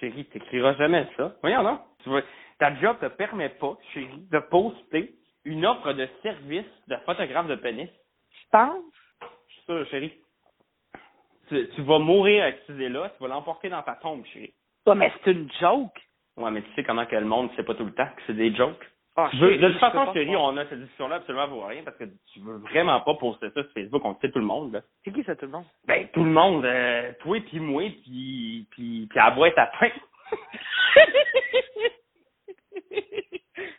Speaker 1: Chérie, t'écriras jamais ça. Voyons non. Tu vois, ta job te permet pas, chérie, de poster une offre de service de photographe de pénis.
Speaker 2: Tu penses?
Speaker 1: Je suis sûr, chérie. Tu, tu vas mourir avec cette idée-là, tu vas l'emporter dans ta tombe, chérie.
Speaker 2: Ouais, mais c'est une joke.
Speaker 1: Ouais, mais tu sais comment que le monde sait pas tout le temps que c'est des jokes.
Speaker 2: Ah,
Speaker 1: Tu veux-
Speaker 2: chérie,
Speaker 1: de toute
Speaker 2: je
Speaker 1: façon,
Speaker 2: peux pas
Speaker 1: chérie,
Speaker 2: croire.
Speaker 1: on a cette discussion-là absolument pour rien parce que tu veux vraiment pas poster ça sur Facebook, on le sait tout le monde. là.
Speaker 2: C'est qui ça, tout le monde?
Speaker 1: Ben, tout le monde, euh, toi puis moi, puis puis puis à boîte à pain.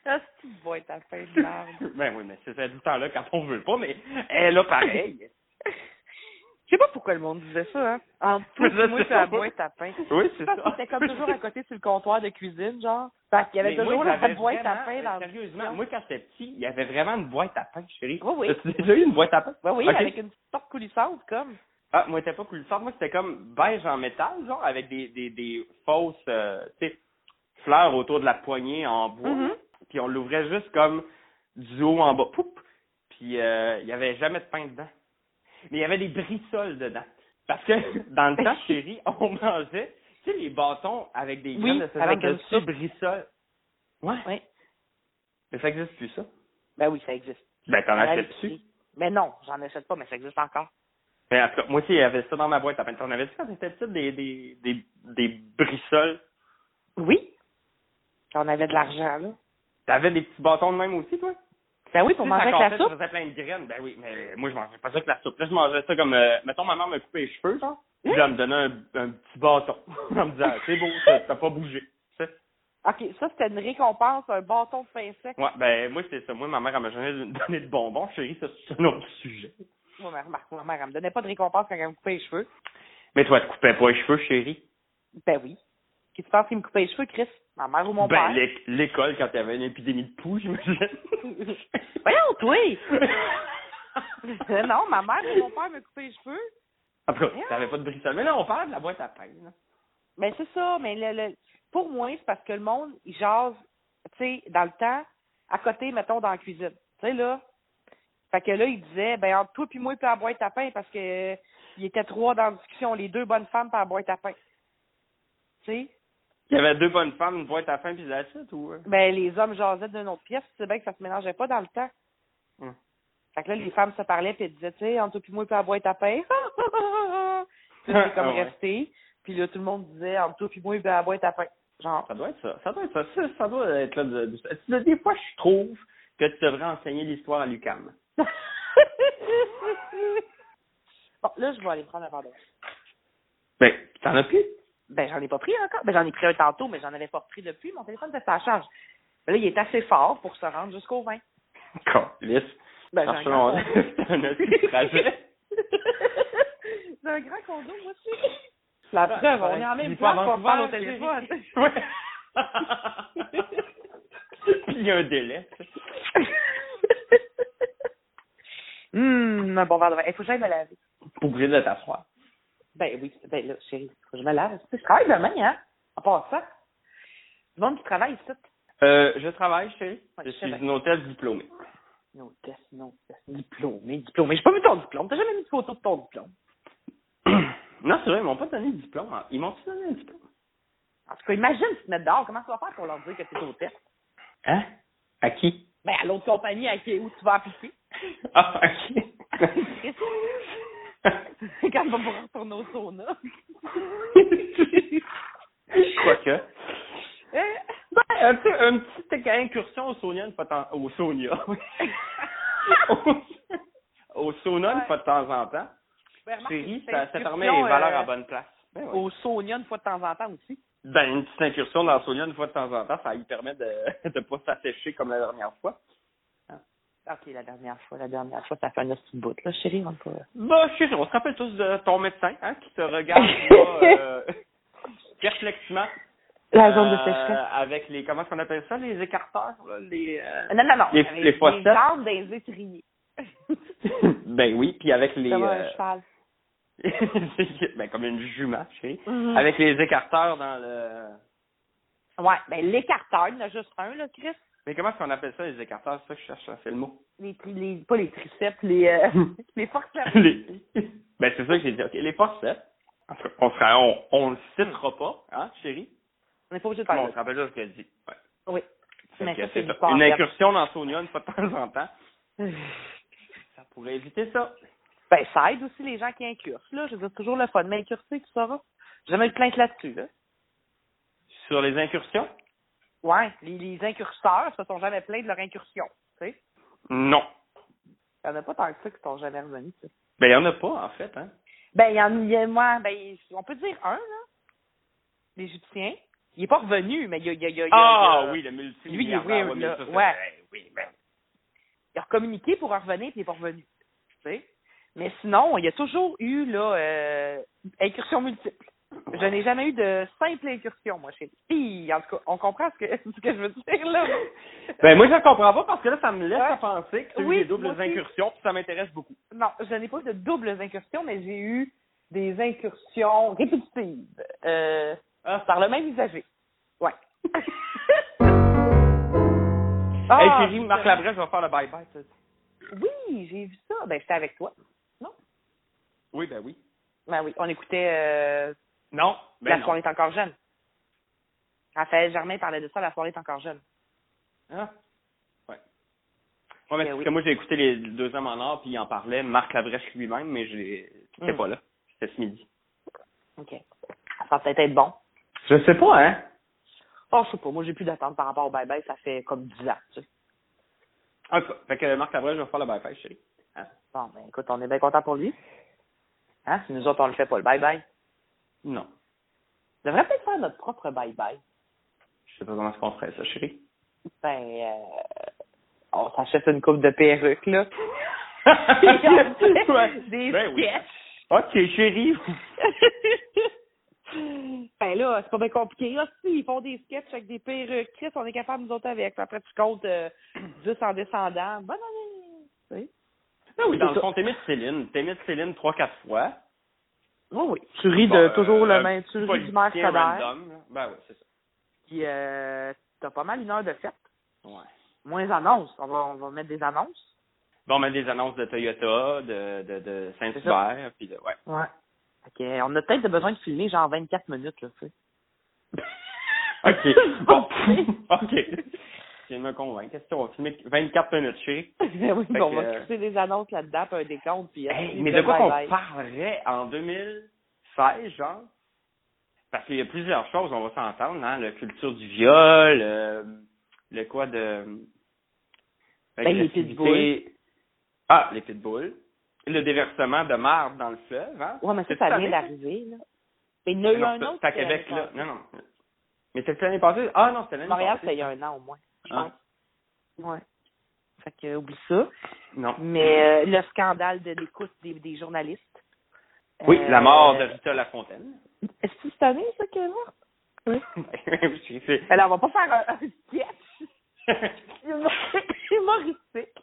Speaker 2: Ah, c'est une boîte à fin de merde.
Speaker 1: ben oui, mais c'est ça, tout le temps-là quand on veut pas, mais elle a pareil.
Speaker 2: Je sais pas pourquoi le monde disait ça, hein. Entre toi et moi, c'est la boîte à pain.
Speaker 1: Oui, c'est ça.
Speaker 2: Parce qu'il était comme toujours à côté sur le comptoir de cuisine, genre. Parce qu'il y avait
Speaker 1: Mais
Speaker 2: toujours
Speaker 1: moi,
Speaker 2: la
Speaker 1: j'avais
Speaker 2: boîte à
Speaker 1: vraiment,
Speaker 2: pain dans
Speaker 1: euh, Sérieusement, moi, quand j'étais petit, il y avait vraiment une boîte à pain, chérie.
Speaker 2: Oui, oui.
Speaker 1: As-tu déjà eu une boîte à pain?
Speaker 2: Oui, Ben oui,
Speaker 1: Ok.
Speaker 2: avec une petite porte coulissante, comme.
Speaker 1: Ah, moi, c'était pas coulissante. Moi, c'était comme beige en métal, genre, avec des, des, des fausses, euh, tu sais, fleurs autour de la poignée en bois.
Speaker 2: Mhm.
Speaker 1: Puis on l'ouvrait juste comme du haut en bas. Poup! Puis euh, il y avait jamais de pain dedans. Mais il y avait des brissoles dedans. Parce que dans le temps, chérie, on mangeait, tu sais, les bâtons avec des
Speaker 2: Oui,
Speaker 1: graines de sésame
Speaker 2: avec une
Speaker 1: dessus,
Speaker 2: soupe.
Speaker 1: brissoles. Ouais.
Speaker 2: Oui.
Speaker 1: Mais ça existe plus, ça.
Speaker 2: Ben oui, ça existe.
Speaker 1: Ben, t'en
Speaker 2: À la
Speaker 1: achètes plus.
Speaker 2: laiterie. Mais non, j'en achète pas, mais ça existe encore.
Speaker 1: Mais en tout cas, moi aussi, il y avait ça dans ma boîte à pain. T'en avais-tu quand t'étais petite des, des, des, des brissoles?
Speaker 2: Oui. On avait de l'argent, là.
Speaker 1: T'avais des petits bâtons de même aussi, toi?
Speaker 2: Ben oui, pour
Speaker 1: Tu sais,
Speaker 2: manger
Speaker 1: ça
Speaker 2: avec la
Speaker 1: cassait,
Speaker 2: soupe.
Speaker 1: Ça faisait plein de graines. Ben oui, mais moi, je mangeais pas ça que la soupe. Là, je mangeais ça comme, euh, mettons, ma mère me coupait les cheveux, genre. Puis
Speaker 2: Hein?
Speaker 1: là, elle me donnait un, un petit bâton. Elle me disait, Ah, c'est beau, ça- t'as pas bougé. Tu sais?
Speaker 2: OK, ça, c'était une récompense, un bâton de pain sec.
Speaker 1: Ouais, ben, moi, c'est ça. Moi, ma mère, elle m'a jamais donné de bonbons. Chérie, ça, c'est un autre sujet.
Speaker 2: Moi, ma remarque, ma mère, elle me donnait pas de récompense quand elle me coupait les cheveux.
Speaker 1: Mais toi, tu coupais pas les cheveux, chérie?
Speaker 2: Ben oui. Qu'est-ce que tu penses qu'il me coupait les cheveux, Chris? Ma mère ou mon
Speaker 1: ben,
Speaker 2: père?
Speaker 1: l'é- l'école, quand il y avait une épidémie de poux, j'imagine.
Speaker 2: Voyons, toi! non, ma mère ou mon père me coupait les cheveux.
Speaker 1: En tout cas, t'avais pas de brissole. Mais là, on parle de la boîte à pain. là.
Speaker 2: Mais Ben, c'est ça, mais le, le- pour moi, c'est parce que le monde, il jase, tu sais, dans le temps, à côté, mettons, dans la cuisine. Tu sais, là. Fait que là, il disait, ben, entre toi puis moi, puis la boîte à pain, parce que euh, il était trois dans la discussion, les deux bonnes femmes, par la boîte à pain. Tu sais?
Speaker 1: Il y avait deux bonnes femmes, une boîte à pain, puis la suite, ou... euh?
Speaker 2: Ben, les hommes jasaient d'une autre pièce, c'est bien que ça se mélangeait pas dans le temps.
Speaker 1: Hmm.
Speaker 2: Fait que là, les femmes se parlaient, puis elles disaient, tu sais, entre toi puis moi, puis la boîte à pain. Puis là, c'est comme
Speaker 1: Ah ouais.
Speaker 2: resté. Puis là, tout le monde disait, entre toi puis moi, puis la boîte à pain. Genre.
Speaker 1: Ça doit être ça. Ça doit être ça. Ça, ça doit être là. de- de- Des fois, je trouve que tu devrais enseigner l'histoire à l'UCAM.
Speaker 2: bon, là, je vais aller prendre un verre d'eau.
Speaker 1: Ben, t'en as plus?
Speaker 2: Ben, j'en ai pas pris encore. Ben, j'en ai pris un tantôt, mais j'en avais pas pris depuis. Mon téléphone était à charge. Ben là, il est assez fort pour se rendre jusqu'au 20.
Speaker 1: Calice.
Speaker 2: Ben, j'ai un
Speaker 1: Parce que
Speaker 2: grand
Speaker 1: on-
Speaker 2: condo.
Speaker 1: C'est un autre trajet.
Speaker 2: J'ai un grand condo, moi aussi. La preuve, on est en même place pour parler au téléphone.
Speaker 1: Ouais. Puis il y a un délai.
Speaker 2: donne Hmm, un bon verre de vin. Il faut que j'aille me laver.
Speaker 1: obligé de t'asseoir.
Speaker 2: Ben oui, ben là, chérie, faut que je me lave. Tu sais, Je travaille demain, hein, en passant. Du monde qui travaille ici.
Speaker 1: Euh, je travaille, chérie.
Speaker 2: Ouais,
Speaker 1: je
Speaker 2: je
Speaker 1: suis
Speaker 2: sais.
Speaker 1: une hôtesse diplômée.
Speaker 2: Non, test, non, test. Diplômé, diplômé. J'ai pas vu ton diplôme. T'as jamais mis de photo de ton diplôme.
Speaker 1: non, c'est vrai, ils m'ont pas donné de diplôme. hein. Ils m'ont-tu donné un diplôme?
Speaker 2: En tout cas, imagine si tu te mets dehors. Comment tu vas faire pour leur dire que t'es au test?
Speaker 1: Hein? À qui?
Speaker 2: Ben, à l'autre compagnie à qui, où tu vas appliquer.
Speaker 1: Ah, ok.
Speaker 2: Quand on va pouvoir retourner au sauna.
Speaker 1: je crois que.
Speaker 2: Eh,
Speaker 1: Ben, un petit, un petit incursion au sauna, une fois de temps- au sauna. au, au sauna, une fois de temps en temps.
Speaker 2: ben, remarque,
Speaker 1: Chérie,
Speaker 2: c'est
Speaker 1: ça,
Speaker 2: une
Speaker 1: ça te
Speaker 2: excursion,
Speaker 1: remet les valeurs
Speaker 2: euh,
Speaker 1: à bonne place. Ben, oui.
Speaker 2: Au sauna une fois de temps en temps aussi.
Speaker 1: Ben, une petite incursion dans le sauna une fois de temps en temps, ça lui permet de ne pas s'assécher comme la dernière fois.
Speaker 2: Ok, la dernière fois, la dernière fois, ça fait un petit bout, là, chérie, on peut.
Speaker 1: Bah, je sais, on se rappelle tous de ton médecin, hein, qui te regarde là, euh, perplexement.
Speaker 2: La zone de
Speaker 1: euh,
Speaker 2: sécheresse.
Speaker 1: Avec les, comment on appelle ça, les écarteurs, là, les... euh,
Speaker 2: Non, non, non.
Speaker 1: les-
Speaker 2: avec
Speaker 1: les
Speaker 2: Les
Speaker 1: fossettes.
Speaker 2: jambes des étriers.
Speaker 1: ben oui, puis avec les...
Speaker 2: Comme
Speaker 1: euh,
Speaker 2: un cheval.
Speaker 1: c'est- ben, comme une jument, chérie.
Speaker 2: Mm.
Speaker 1: Avec les écarteurs dans le...
Speaker 2: Mhm. Ouais, ben l'écarteur, il y en a juste un, là, Chris.
Speaker 1: Mais ben, comment est-ce qu'on appelle ça, les écarteurs? C'est ça que je cherche, hein, c'est le mot.
Speaker 2: Les, tri- les, pas les triceps, les, euh, les forceps.
Speaker 1: Les- Ben, c'est ça que j'ai dit. OK, les forceps. En tout cas, on sera, on, on le citera pas, hein, chérie?
Speaker 2: On n'est pas obligé de
Speaker 1: Bon,
Speaker 2: faire
Speaker 1: on se rappelle juste ce qu'elle dit. Ouais.
Speaker 2: ça. Oui.
Speaker 1: Fait
Speaker 2: Mais
Speaker 1: que
Speaker 2: ça,
Speaker 1: c'est
Speaker 2: c'est
Speaker 1: ça.
Speaker 2: du sport,
Speaker 1: Une
Speaker 2: yep.
Speaker 1: incursion dans Sonia une fois de temps en temps.
Speaker 2: Ben,
Speaker 1: Ça pourrait éviter ça.
Speaker 2: ça aide aussi les gens qui incursent, là. Je veux dire, c'est toujours le fun. Mais incurser, tu sauras. J'ai Jamais eu de plainte là-dessus, là.
Speaker 1: Sur les incursions?
Speaker 2: Ouais, les, les incurseurs se sont jamais plaints de leur incursion, tu sais.
Speaker 1: Non.
Speaker 2: Il n'y en a pas tant que ça qui sont jamais revenus, tu sais.
Speaker 1: Ben, il n'y en a pas, en fait, hein.
Speaker 2: Ben, il y en il y a, moi, ben, on peut dire un, là. L'Égyptien. Il n'est pas revenu, mais il y a, il y a, il y a- il y a-
Speaker 1: Ah
Speaker 2: il y a-
Speaker 1: oui, le
Speaker 2: Lui, il est
Speaker 1: multimilliardaire.
Speaker 2: weird,
Speaker 1: ouais, mais
Speaker 2: là.
Speaker 1: ça, c'est-
Speaker 2: Ouais.
Speaker 1: ben, oui, ben.
Speaker 2: il a communiqué pour en revenir, puis il n'est pas revenu. Tu sais? Mais sinon, il y a toujours eu là euh, incursion multiple. Je n'ai jamais eu de simple incursion, moi, chez lui. En tout cas, on comprend ce que, ce que je veux dire, là.
Speaker 1: Ben, moi, je ne comprends pas parce que là, ça me laisse
Speaker 2: Ouais.
Speaker 1: à penser que tu as eu
Speaker 2: Oui,
Speaker 1: des doubles
Speaker 2: moi aussi.
Speaker 1: incursions, puis ça m'intéresse beaucoup.
Speaker 2: Euh, Non, je n'ai pas eu de doubles incursions, mais j'ai eu des incursions répétitives euh, par le même usager. Ouais.
Speaker 1: hey,
Speaker 2: Ah,
Speaker 1: chérie, Marc Labrèche va faire le bye-bye, tu sais.
Speaker 2: Oui, j'ai vu ça. Ben, j'étais avec toi.
Speaker 1: Oui, ben oui.
Speaker 2: Ben oui, on écoutait euh,
Speaker 1: Non. Ben,
Speaker 2: la
Speaker 1: non.
Speaker 2: soirée est encore jeune. Raphaël Germain parlait de ça, la soirée est encore jeune.
Speaker 1: Ah. Ouais. Eh Ouais, mais
Speaker 2: Ben
Speaker 1: parce
Speaker 2: oui.
Speaker 1: que moi, j'ai écouté les deux hommes en or, puis il en parlait, Marc Labrèche lui-même, mais j'ai- j'étais
Speaker 2: Mm.
Speaker 1: pas là. C'était ce midi.
Speaker 2: OK. Ça va peut-être être bon.
Speaker 1: Je sais pas, hein.
Speaker 2: Oh, je sais pas. Moi, j'ai plus d'attente par rapport au bye-bye. Ça fait comme 10 ans, tu sais.
Speaker 1: En tout cas, fait que Marc Labrèche va faire le bye-bye, chérie.
Speaker 2: Bon, ben écoute, on est bien content pour lui. Hein? Si nous autres, on le fait pas, le bye-bye.
Speaker 1: Non.
Speaker 2: On devrait peut-être faire notre propre bye-bye.
Speaker 1: Je sais pas comment est-ce qu'on ferait ça, chérie.
Speaker 2: Ben, euh, on s'achète une coupe de perruques, là.
Speaker 1: Ouais.
Speaker 2: Des
Speaker 1: Ben oui.
Speaker 2: sketchs.
Speaker 1: Ok, chérie.
Speaker 2: ben là, c'est pas bien compliqué. Là, si, ils font des sketchs avec des perruques. Chris, on est capable, nous autres, avec. Puis après, tu comptes euh, 10 en descendant. Bonne année! Tu sais?
Speaker 1: Ben oui, dans le
Speaker 2: C'est ça.
Speaker 1: fond, t'imites Céline. T'imites Céline trois, quatre fois.
Speaker 2: Oui, oui. Tu ris
Speaker 1: Bon,
Speaker 2: de
Speaker 1: euh,
Speaker 2: toujours
Speaker 1: un
Speaker 2: le même. Tu ris
Speaker 1: politicien
Speaker 2: du maire Scolaire.
Speaker 1: random, là. Ben oui, c'est ça.
Speaker 2: Puis, euh, t'as pas mal une heure de fête.
Speaker 1: Ouais.
Speaker 2: Moins annonces. On va, on va mettre des annonces.
Speaker 1: Bon, on met des annonces de Toyota, de, de, de Saint-Hubert, puis de, ouais.
Speaker 2: Ouais. Ok, on a peut-être besoin de filmer genre 24 minutes, là, tu sais.
Speaker 1: OK. Bon. OK. Je viens de me convaincre. Qu'est-ce qu'on va filmer 24 minutes, chérie?
Speaker 2: Ben oui,
Speaker 1: Fait
Speaker 2: bon, on
Speaker 1: que,
Speaker 2: va
Speaker 1: euh,
Speaker 2: crisser des annonces là-dedans, puis un décompte, puis... euh,
Speaker 1: Hey,
Speaker 2: puis
Speaker 1: mais
Speaker 2: le
Speaker 1: de quoi qu'on
Speaker 2: bye-bye.
Speaker 1: parlerait en 2016, genre? Parce qu'il y a plusieurs choses, on va s'entendre, hein? La culture du viol, euh, le quoi de...
Speaker 2: Ben, les pitbulls.
Speaker 1: l'agressivité. Ah, les pitbulls. Le déversement de marde dans le fleuve, hein?
Speaker 2: Ouais, mais ça,
Speaker 1: C'est
Speaker 2: ça
Speaker 1: cette année,
Speaker 2: vient d'arriver, là. Mais il y en a eu
Speaker 1: Non,
Speaker 2: un
Speaker 1: c'est-
Speaker 2: autre.
Speaker 1: C'est à
Speaker 2: qui est
Speaker 1: Québec, là.
Speaker 2: arrivé.
Speaker 1: Non, non. Mais c'était l'année passée? Ah, non, c'était l'année
Speaker 2: Montréal,
Speaker 1: passée.
Speaker 2: c'est il y a un an au moins, je
Speaker 1: Hein?
Speaker 2: pense. Ouais. Fait que, euh, oublie ça.
Speaker 1: Non.
Speaker 2: Mais
Speaker 1: Hmm.
Speaker 2: euh, le scandale de l'écoute des, des journalistes.
Speaker 1: Oui,
Speaker 2: Euh,
Speaker 1: la mort de Rita Lafontaine.
Speaker 2: Est-ce que c'est cette année, ça, qu'elle est morte? Oui.
Speaker 1: Oui, c'est-
Speaker 2: Alors, on va pas faire un, un sketch humoristique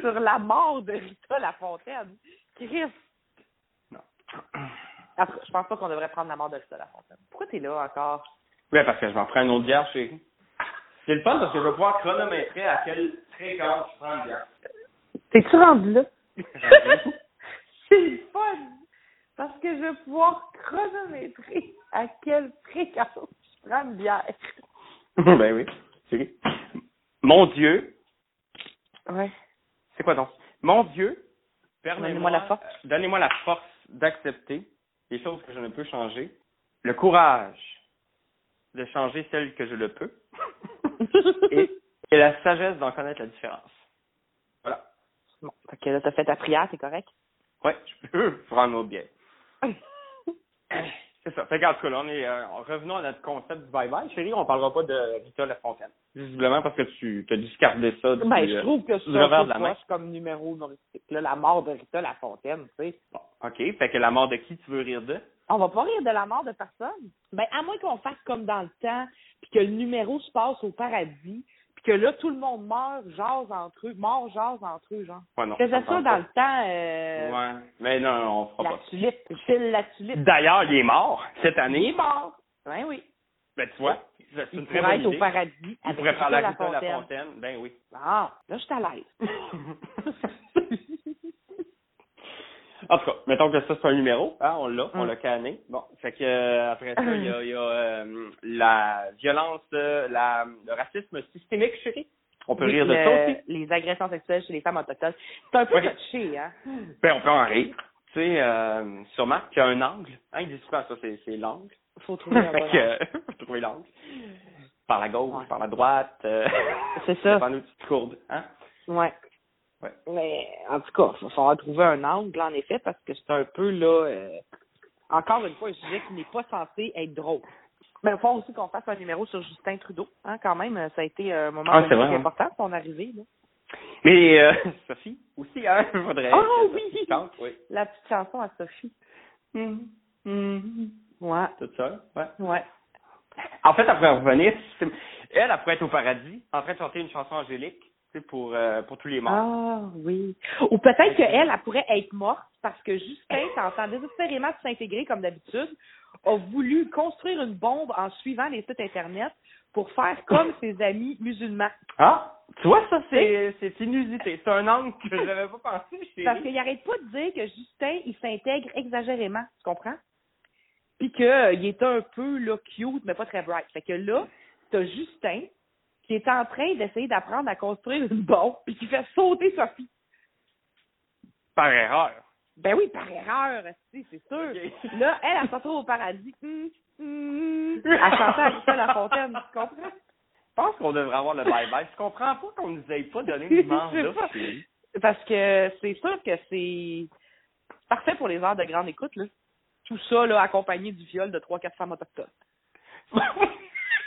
Speaker 2: sur la mort de Rita Lafontaine. Chris.
Speaker 1: Non.
Speaker 2: Après, je pense pas qu'on devrait prendre la mort de Rita Lafontaine. Pourquoi t'es là encore?
Speaker 1: Ouais, parce que je m'en prends une autre bière, chérie. C'est le fun parce que je vais pouvoir chronométrer à quelle fréquence je prends une bière.
Speaker 2: T'es-tu rendu là?
Speaker 1: Rendu.
Speaker 2: C'est le fun! Parce que je vais pouvoir chronométrer à quelle fréquence je prends une bière.
Speaker 1: ben oui, chérie. Mon Dieu,
Speaker 2: Ouais.
Speaker 1: c'est quoi donc? Mon Dieu, permets-moi
Speaker 2: Donnez-moi la force.
Speaker 1: euh, Donnez-moi la force d'accepter les choses que je ne peux changer, le courage de changer celles que je le peux et, et la sagesse d'en connaître la différence. Voilà.
Speaker 2: Bon, fait que là, t'as fait ta prière, c'est correct?
Speaker 1: Ouais, je peux prendre mon biais.
Speaker 2: Ben,
Speaker 1: C'est ça. Fait qu'en tout cas, là, on est, euh, revenons à notre concept du bye-bye. Chérie, on parlera pas de Rita Lafontaine. Visiblement parce que tu as discardé ça. euh, du-
Speaker 2: Ben, je trouve que je
Speaker 1: du
Speaker 2: suis un
Speaker 1: revers
Speaker 2: peu
Speaker 1: de la main.
Speaker 2: proche comme numéro humoristique. Là, la mort de Rita Lafontaine, tu sais.
Speaker 1: Bon, OK. Fait que la mort de qui tu veux rire de?
Speaker 2: On va pas rire de la mort de personne. Ben, à moins qu'on fasse comme dans le temps, puis que le numéro se passe au paradis, puis que là, tout le monde meurt, jase entre eux, mort, jase entre eux, genre.
Speaker 1: Ouais, non.
Speaker 2: Faisais
Speaker 1: me
Speaker 2: ça
Speaker 1: tente
Speaker 2: dans
Speaker 1: pas.
Speaker 2: le temps, euh,
Speaker 1: Ouais. Mais non, non, on fera
Speaker 2: la
Speaker 1: pas. Mm.
Speaker 2: tulipe, Phil la tulipe.
Speaker 1: D'ailleurs, il est mort cette
Speaker 2: Il est
Speaker 1: année.
Speaker 2: mort. Ben oui.
Speaker 1: Ben, tu vois, c'est une
Speaker 2: Il
Speaker 1: très
Speaker 2: pourrait
Speaker 1: bonne
Speaker 2: être au
Speaker 1: idée.
Speaker 2: paradis
Speaker 1: Il
Speaker 2: avec
Speaker 1: pourrait
Speaker 2: Rita
Speaker 1: faire la Rita
Speaker 2: Lafontaine.
Speaker 1: Lafontaine. Ben oui.
Speaker 2: Ah, là, je suis à l'aise.
Speaker 1: En tout cas, mettons que ça, c'est un numéro. Hein, on l'a, on
Speaker 2: Mm.
Speaker 1: l'a canné. Bon, fait que euh, après ça, il y a, il y a, euh, la violence, euh, la, le racisme systémique, chérie. On peut
Speaker 2: Oui,
Speaker 1: rire de
Speaker 2: le-
Speaker 1: ça aussi.
Speaker 2: Les agressions sexuelles chez les femmes autochtones. C'est un peu
Speaker 1: Oui.
Speaker 2: touché, hein?
Speaker 1: Ben, on peut en rire. Tu sais, euh, sûrement qu'il y a un angle. Hein, ils disent souvent ça, c'est, c'est l'angle.
Speaker 2: Faut trouver un
Speaker 1: fait
Speaker 2: bon
Speaker 1: que, euh, faut trouver l'angle. Par la gauche,
Speaker 2: ah, Ouais.
Speaker 1: par la droite. euh,
Speaker 2: C'est ça.
Speaker 1: Par nos petites courbes, hein.
Speaker 2: angle. Ouais.
Speaker 1: Ouais.
Speaker 2: Mais, en tout cas, il va falloir trouver un angle, en effet, parce que c'est un peu, là, euh, encore une fois, un sujet qui n'est pas censé être drôle. Mais il faut aussi qu'on fasse un numéro sur Justin Trudeau, hein, quand même. Ça a été euh, un moment
Speaker 1: Ah, c'est
Speaker 2: politique
Speaker 1: vrai, hein.
Speaker 2: important, son arrivée, là.
Speaker 1: Mais, euh, Sophie, aussi, hein, faudrait.
Speaker 2: Ah,
Speaker 1: que
Speaker 2: oui!
Speaker 1: Sophie chante, oui.
Speaker 2: La petite chanson à Sophie. Mm-hmm.
Speaker 1: Mhm. Mhm.
Speaker 2: Ouais.
Speaker 1: Tout ça, ouais.
Speaker 2: Ouais.
Speaker 1: En fait, elle pourrait revenir. c'est- Elle, elle pourrait être au paradis, en train de chanter une chanson angélique, tu sais, pour, euh, pour tous les morts.
Speaker 2: Ah, oui. Ou peut-être qu'elle, elle pourrait être morte parce que Justin, tentant désespérément de s'intégrer comme d'habitude, a voulu construire une bombe en suivant les sites Internet pour faire comme ses amis musulmans.
Speaker 1: Ah! Tu vois, ça, c'est c'est inusité. C'est un angle que je n'avais pas pensé. chérie.
Speaker 2: Parce qu'il n'arrête pas de dire que Justin, il s'intègre exagérément, tu comprends? Puis qu'il est un peu là, cute, mais pas très bright. Fait que là, t'as Justin qui est en train d'essayer d'apprendre à construire une bombe, puis qui fait sauter Sophie.
Speaker 1: Par erreur.
Speaker 2: Ben oui, par erreur, esti, c'est sûr.
Speaker 1: Ok.
Speaker 2: Là, elle, elle se retrouve au paradis. Hum, hum. Elle chantait à Michel Lafontaine, tu comprends?
Speaker 1: Je pense qu'on devrait avoir le bye-bye. Je comprends pas qu'on nous ait pas donné le mandat. chérie.
Speaker 2: Parce que c'est sûr que c'est parfait pour les heures de grande écoute, là. Tout ça, là, accompagné du viol de trois, quatre femmes autochtones.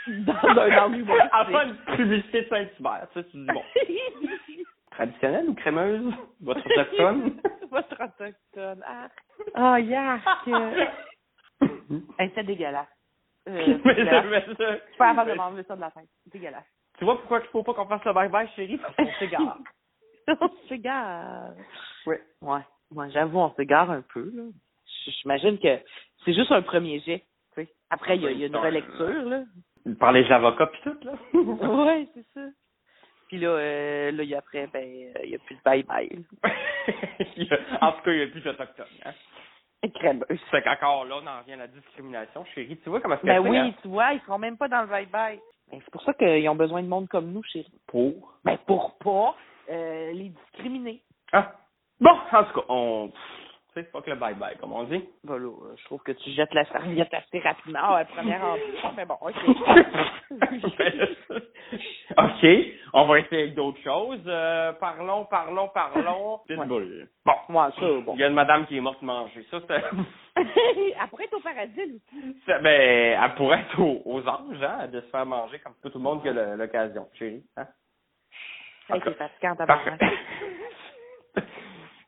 Speaker 2: Dans un angle humoristique.
Speaker 1: Avant une publicité de Saint-Hubert, tu sais, tu dis bon. Traditionnelle ou crémeuse? Votre personne?
Speaker 2: Votre autochtone. Ah, oh, yark. Hey, C'était dégueulasse. Euh,
Speaker 1: Mais
Speaker 2: c'est dégueulasse.
Speaker 1: je vais-
Speaker 2: Je peux avoir de m'enlever ça de la tête. C'est Dégueulasse.
Speaker 1: Tu vois pourquoi il faut pas qu'on fasse le bye-bye, chérie? Parce qu'on s'égare.
Speaker 2: On s'égare.
Speaker 1: Oui.
Speaker 2: Ouais. Moi, j'avoue, on s'égare un peu, là. J- J'imagine que c'est juste un premier jet, tu sais. Après, il y, a- il y a une relecture, là.
Speaker 1: Par les avocats pis tout, là.
Speaker 2: Ouais, c'est ça. Puis là, euh, là, il y a après, ben, euh, il n'y a plus de bye-bye.
Speaker 1: Il y a- en tout cas, il n'y a plus d'Autochtones. Hein.
Speaker 2: Crémeuse.
Speaker 1: Fait qu'encore là, on en revient à la discrimination, chérie. Tu vois comment c'est
Speaker 2: Ben
Speaker 1: fait,
Speaker 2: oui,
Speaker 1: hein?
Speaker 2: tu vois, ils seront même pas dans le bye-bye. Ben, c'est pour ça qu'ils ont besoin de monde comme nous, chérie.
Speaker 1: Pour.
Speaker 2: Ben, pour pas euh, les discriminer.
Speaker 1: Ah. Bon, en tout cas, on... Tu sais, fuck le bye-bye, comme on dit.
Speaker 2: Ben là, euh, je trouve que tu jettes la serviette assez rapidement à la première entrée. Mais bon, OK.
Speaker 1: Ben, OK. On va essayer d'autres choses. Euh, parlons, parlons, parlons. Pitbull. Bon.
Speaker 2: Moi, ça, bon.
Speaker 1: Il y a une madame qui est morte manger. Ça, c'est...
Speaker 2: Après, t'es au paradis, elle aussi.
Speaker 1: Ça, ben, elle pourrait être aux, aux anges, hein, de se faire manger comme tout le monde qui a le- l'occasion, chérie. Hein?
Speaker 2: Hey,
Speaker 1: Ok.
Speaker 2: t'es fatigant, ta
Speaker 1: Parfait.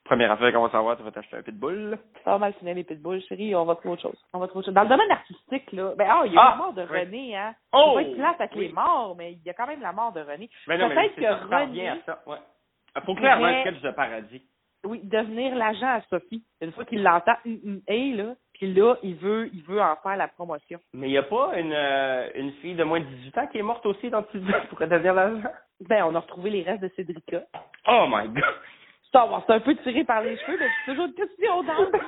Speaker 1: Première affaire qu'on va savoir, tu vas t'acheter un pitbull.
Speaker 2: Ça va mal finir les pitbulls, chérie. On va trouver autre chose. On va trouver autre chose. Dans le domaine artistique, là, ben, ah, il y a
Speaker 1: Ah,
Speaker 2: la mort de
Speaker 1: oui.
Speaker 2: René, hein.
Speaker 1: Oh!
Speaker 2: Faut pas être plate avec
Speaker 1: Oui.
Speaker 2: les morts, mais il y a quand même la mort de René.
Speaker 1: Ben non, mais
Speaker 2: Peut-être
Speaker 1: c'est
Speaker 2: que
Speaker 1: ça, ça
Speaker 2: René-
Speaker 1: revient à ça, ouais. Ah, Faut clairement
Speaker 2: Mais-
Speaker 1: un sketch de paradis.
Speaker 2: Oui, devenir l'agent à Sophie. Une fois qu'il l'entend, hum, hum, hey, là, puis là, il veut, il veut en faire la promotion.
Speaker 1: Mais il n'y a pas une, euh, une fille de moins de 18 ans qui est morte aussi dans Petit Dieu pour devenir l'agent?
Speaker 2: Ben, on a retrouvé les restes de Cédrica.
Speaker 1: Oh my god!
Speaker 2: Star Wars, c'est un peu tiré par les cheveux, mais c'est toujours qu'est-ce que tu dis, on danse. là?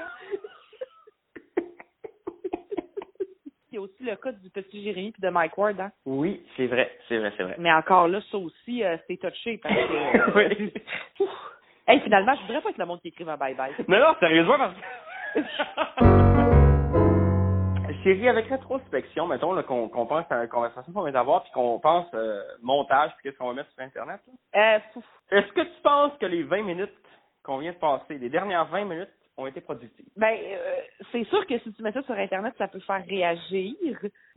Speaker 2: Il y a aussi le cas du petit Jérémy puis de Mike Ward, hein.
Speaker 1: Oui, c'est vrai, c'est vrai, c'est vrai.
Speaker 2: Mais encore là, ça aussi, euh, c'est touché parce que. euh,
Speaker 1: Oui.
Speaker 2: ouf. Hey, finalement, je voudrais pas être le monde qui écrive un bye-bye.
Speaker 1: Non, non, sérieusement, parce que... Série avec rétrospection, mettons, là, qu'on qu'on pense à une conversation qu'on vient d'avoir, puis qu'on pense euh, montage, puis qu'est-ce qu'on va mettre sur Internet. là.
Speaker 2: Euh, fou.
Speaker 1: Est-ce que tu penses que les 20 minutes qu'on vient de passer, les dernières 20 minutes, ont été productives?
Speaker 2: Ben, euh, c'est sûr que si tu mets ça sur Internet, ça peut faire réagir.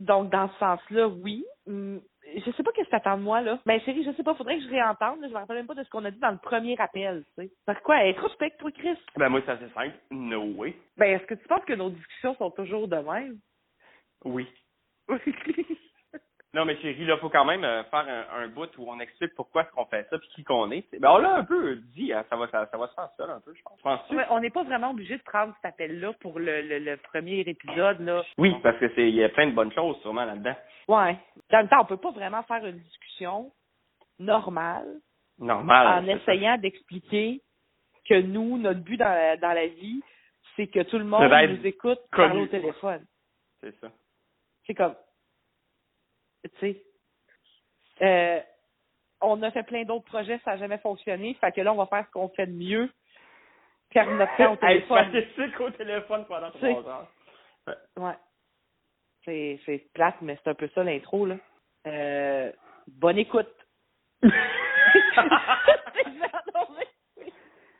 Speaker 2: Donc, dans ce sens-là, oui. Hum, Je sais pas qu'est-ce que t'attends de moi, là. Ben, chérie, je sais pas, faudrait que je réentende. là. Je me rappelle même pas de ce qu'on a dit dans le premier appel, tu sais. Parce que quoi, être respect, toi, Chris?
Speaker 1: Ben moi, c'est assez simple. No way.
Speaker 2: Ben, est-ce que tu penses que nos discussions sont toujours de même?
Speaker 1: Oui. Non, mais chérie, là, faut quand même euh, faire un, un bout où on explique pourquoi est-ce qu'on fait ça, puis qui qu'on est. Ben, on l'a un peu dit, hein, ça va, ça, ça va se faire seul un peu, je pense. Je pense
Speaker 2: Ouais, on n'est pas vraiment obligé de prendre cet appel-là pour le, le, le premier épisode, là.
Speaker 1: Oui, parce que c'est, il y a plein de bonnes choses sûrement là-dedans.
Speaker 2: Ouais. En même temps, on peut pas vraiment faire une discussion normale
Speaker 1: Normal.
Speaker 2: en
Speaker 1: Ah c'est ça.
Speaker 2: essayant d'expliquer que nous, notre but dans la, dans la vie, c'est que tout le monde
Speaker 1: Ça va être
Speaker 2: nous écoute
Speaker 1: connu.
Speaker 2: parler au téléphone.
Speaker 1: C'est ça.
Speaker 2: C'est comme, tu sais, euh, on a fait plein d'autres projets, ça n'a jamais fonctionné, fait que là, on va faire ce qu'on fait de mieux, faire notre temps au
Speaker 1: Être
Speaker 2: téléphone.
Speaker 1: pathétique au téléphone pendant trois
Speaker 2: C'est-
Speaker 1: heures.
Speaker 2: Ouais. C'est, c'est plate, mais c'est un peu ça l'intro, là. Euh, bonne écoute.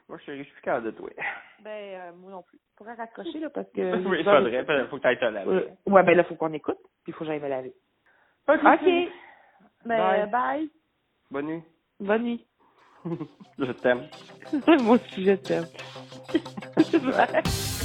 Speaker 1: Moi, chérie, je suis capable de toi.
Speaker 2: Ben, euh, moi non plus. Je pourrais raccrocher, là, parce que...
Speaker 1: Oui, faudrait, peut-être, faut que t'ailles te laver.
Speaker 2: Euh, Ouais, ben là, faut qu'on écoute, puis il faut que j'aille me laver.
Speaker 1: chérie.
Speaker 2: Ben, bye.
Speaker 1: Bonne nuit.
Speaker 2: Bonne nuit.
Speaker 1: je t'aime.
Speaker 2: Moi aussi, je t'aime. Bye.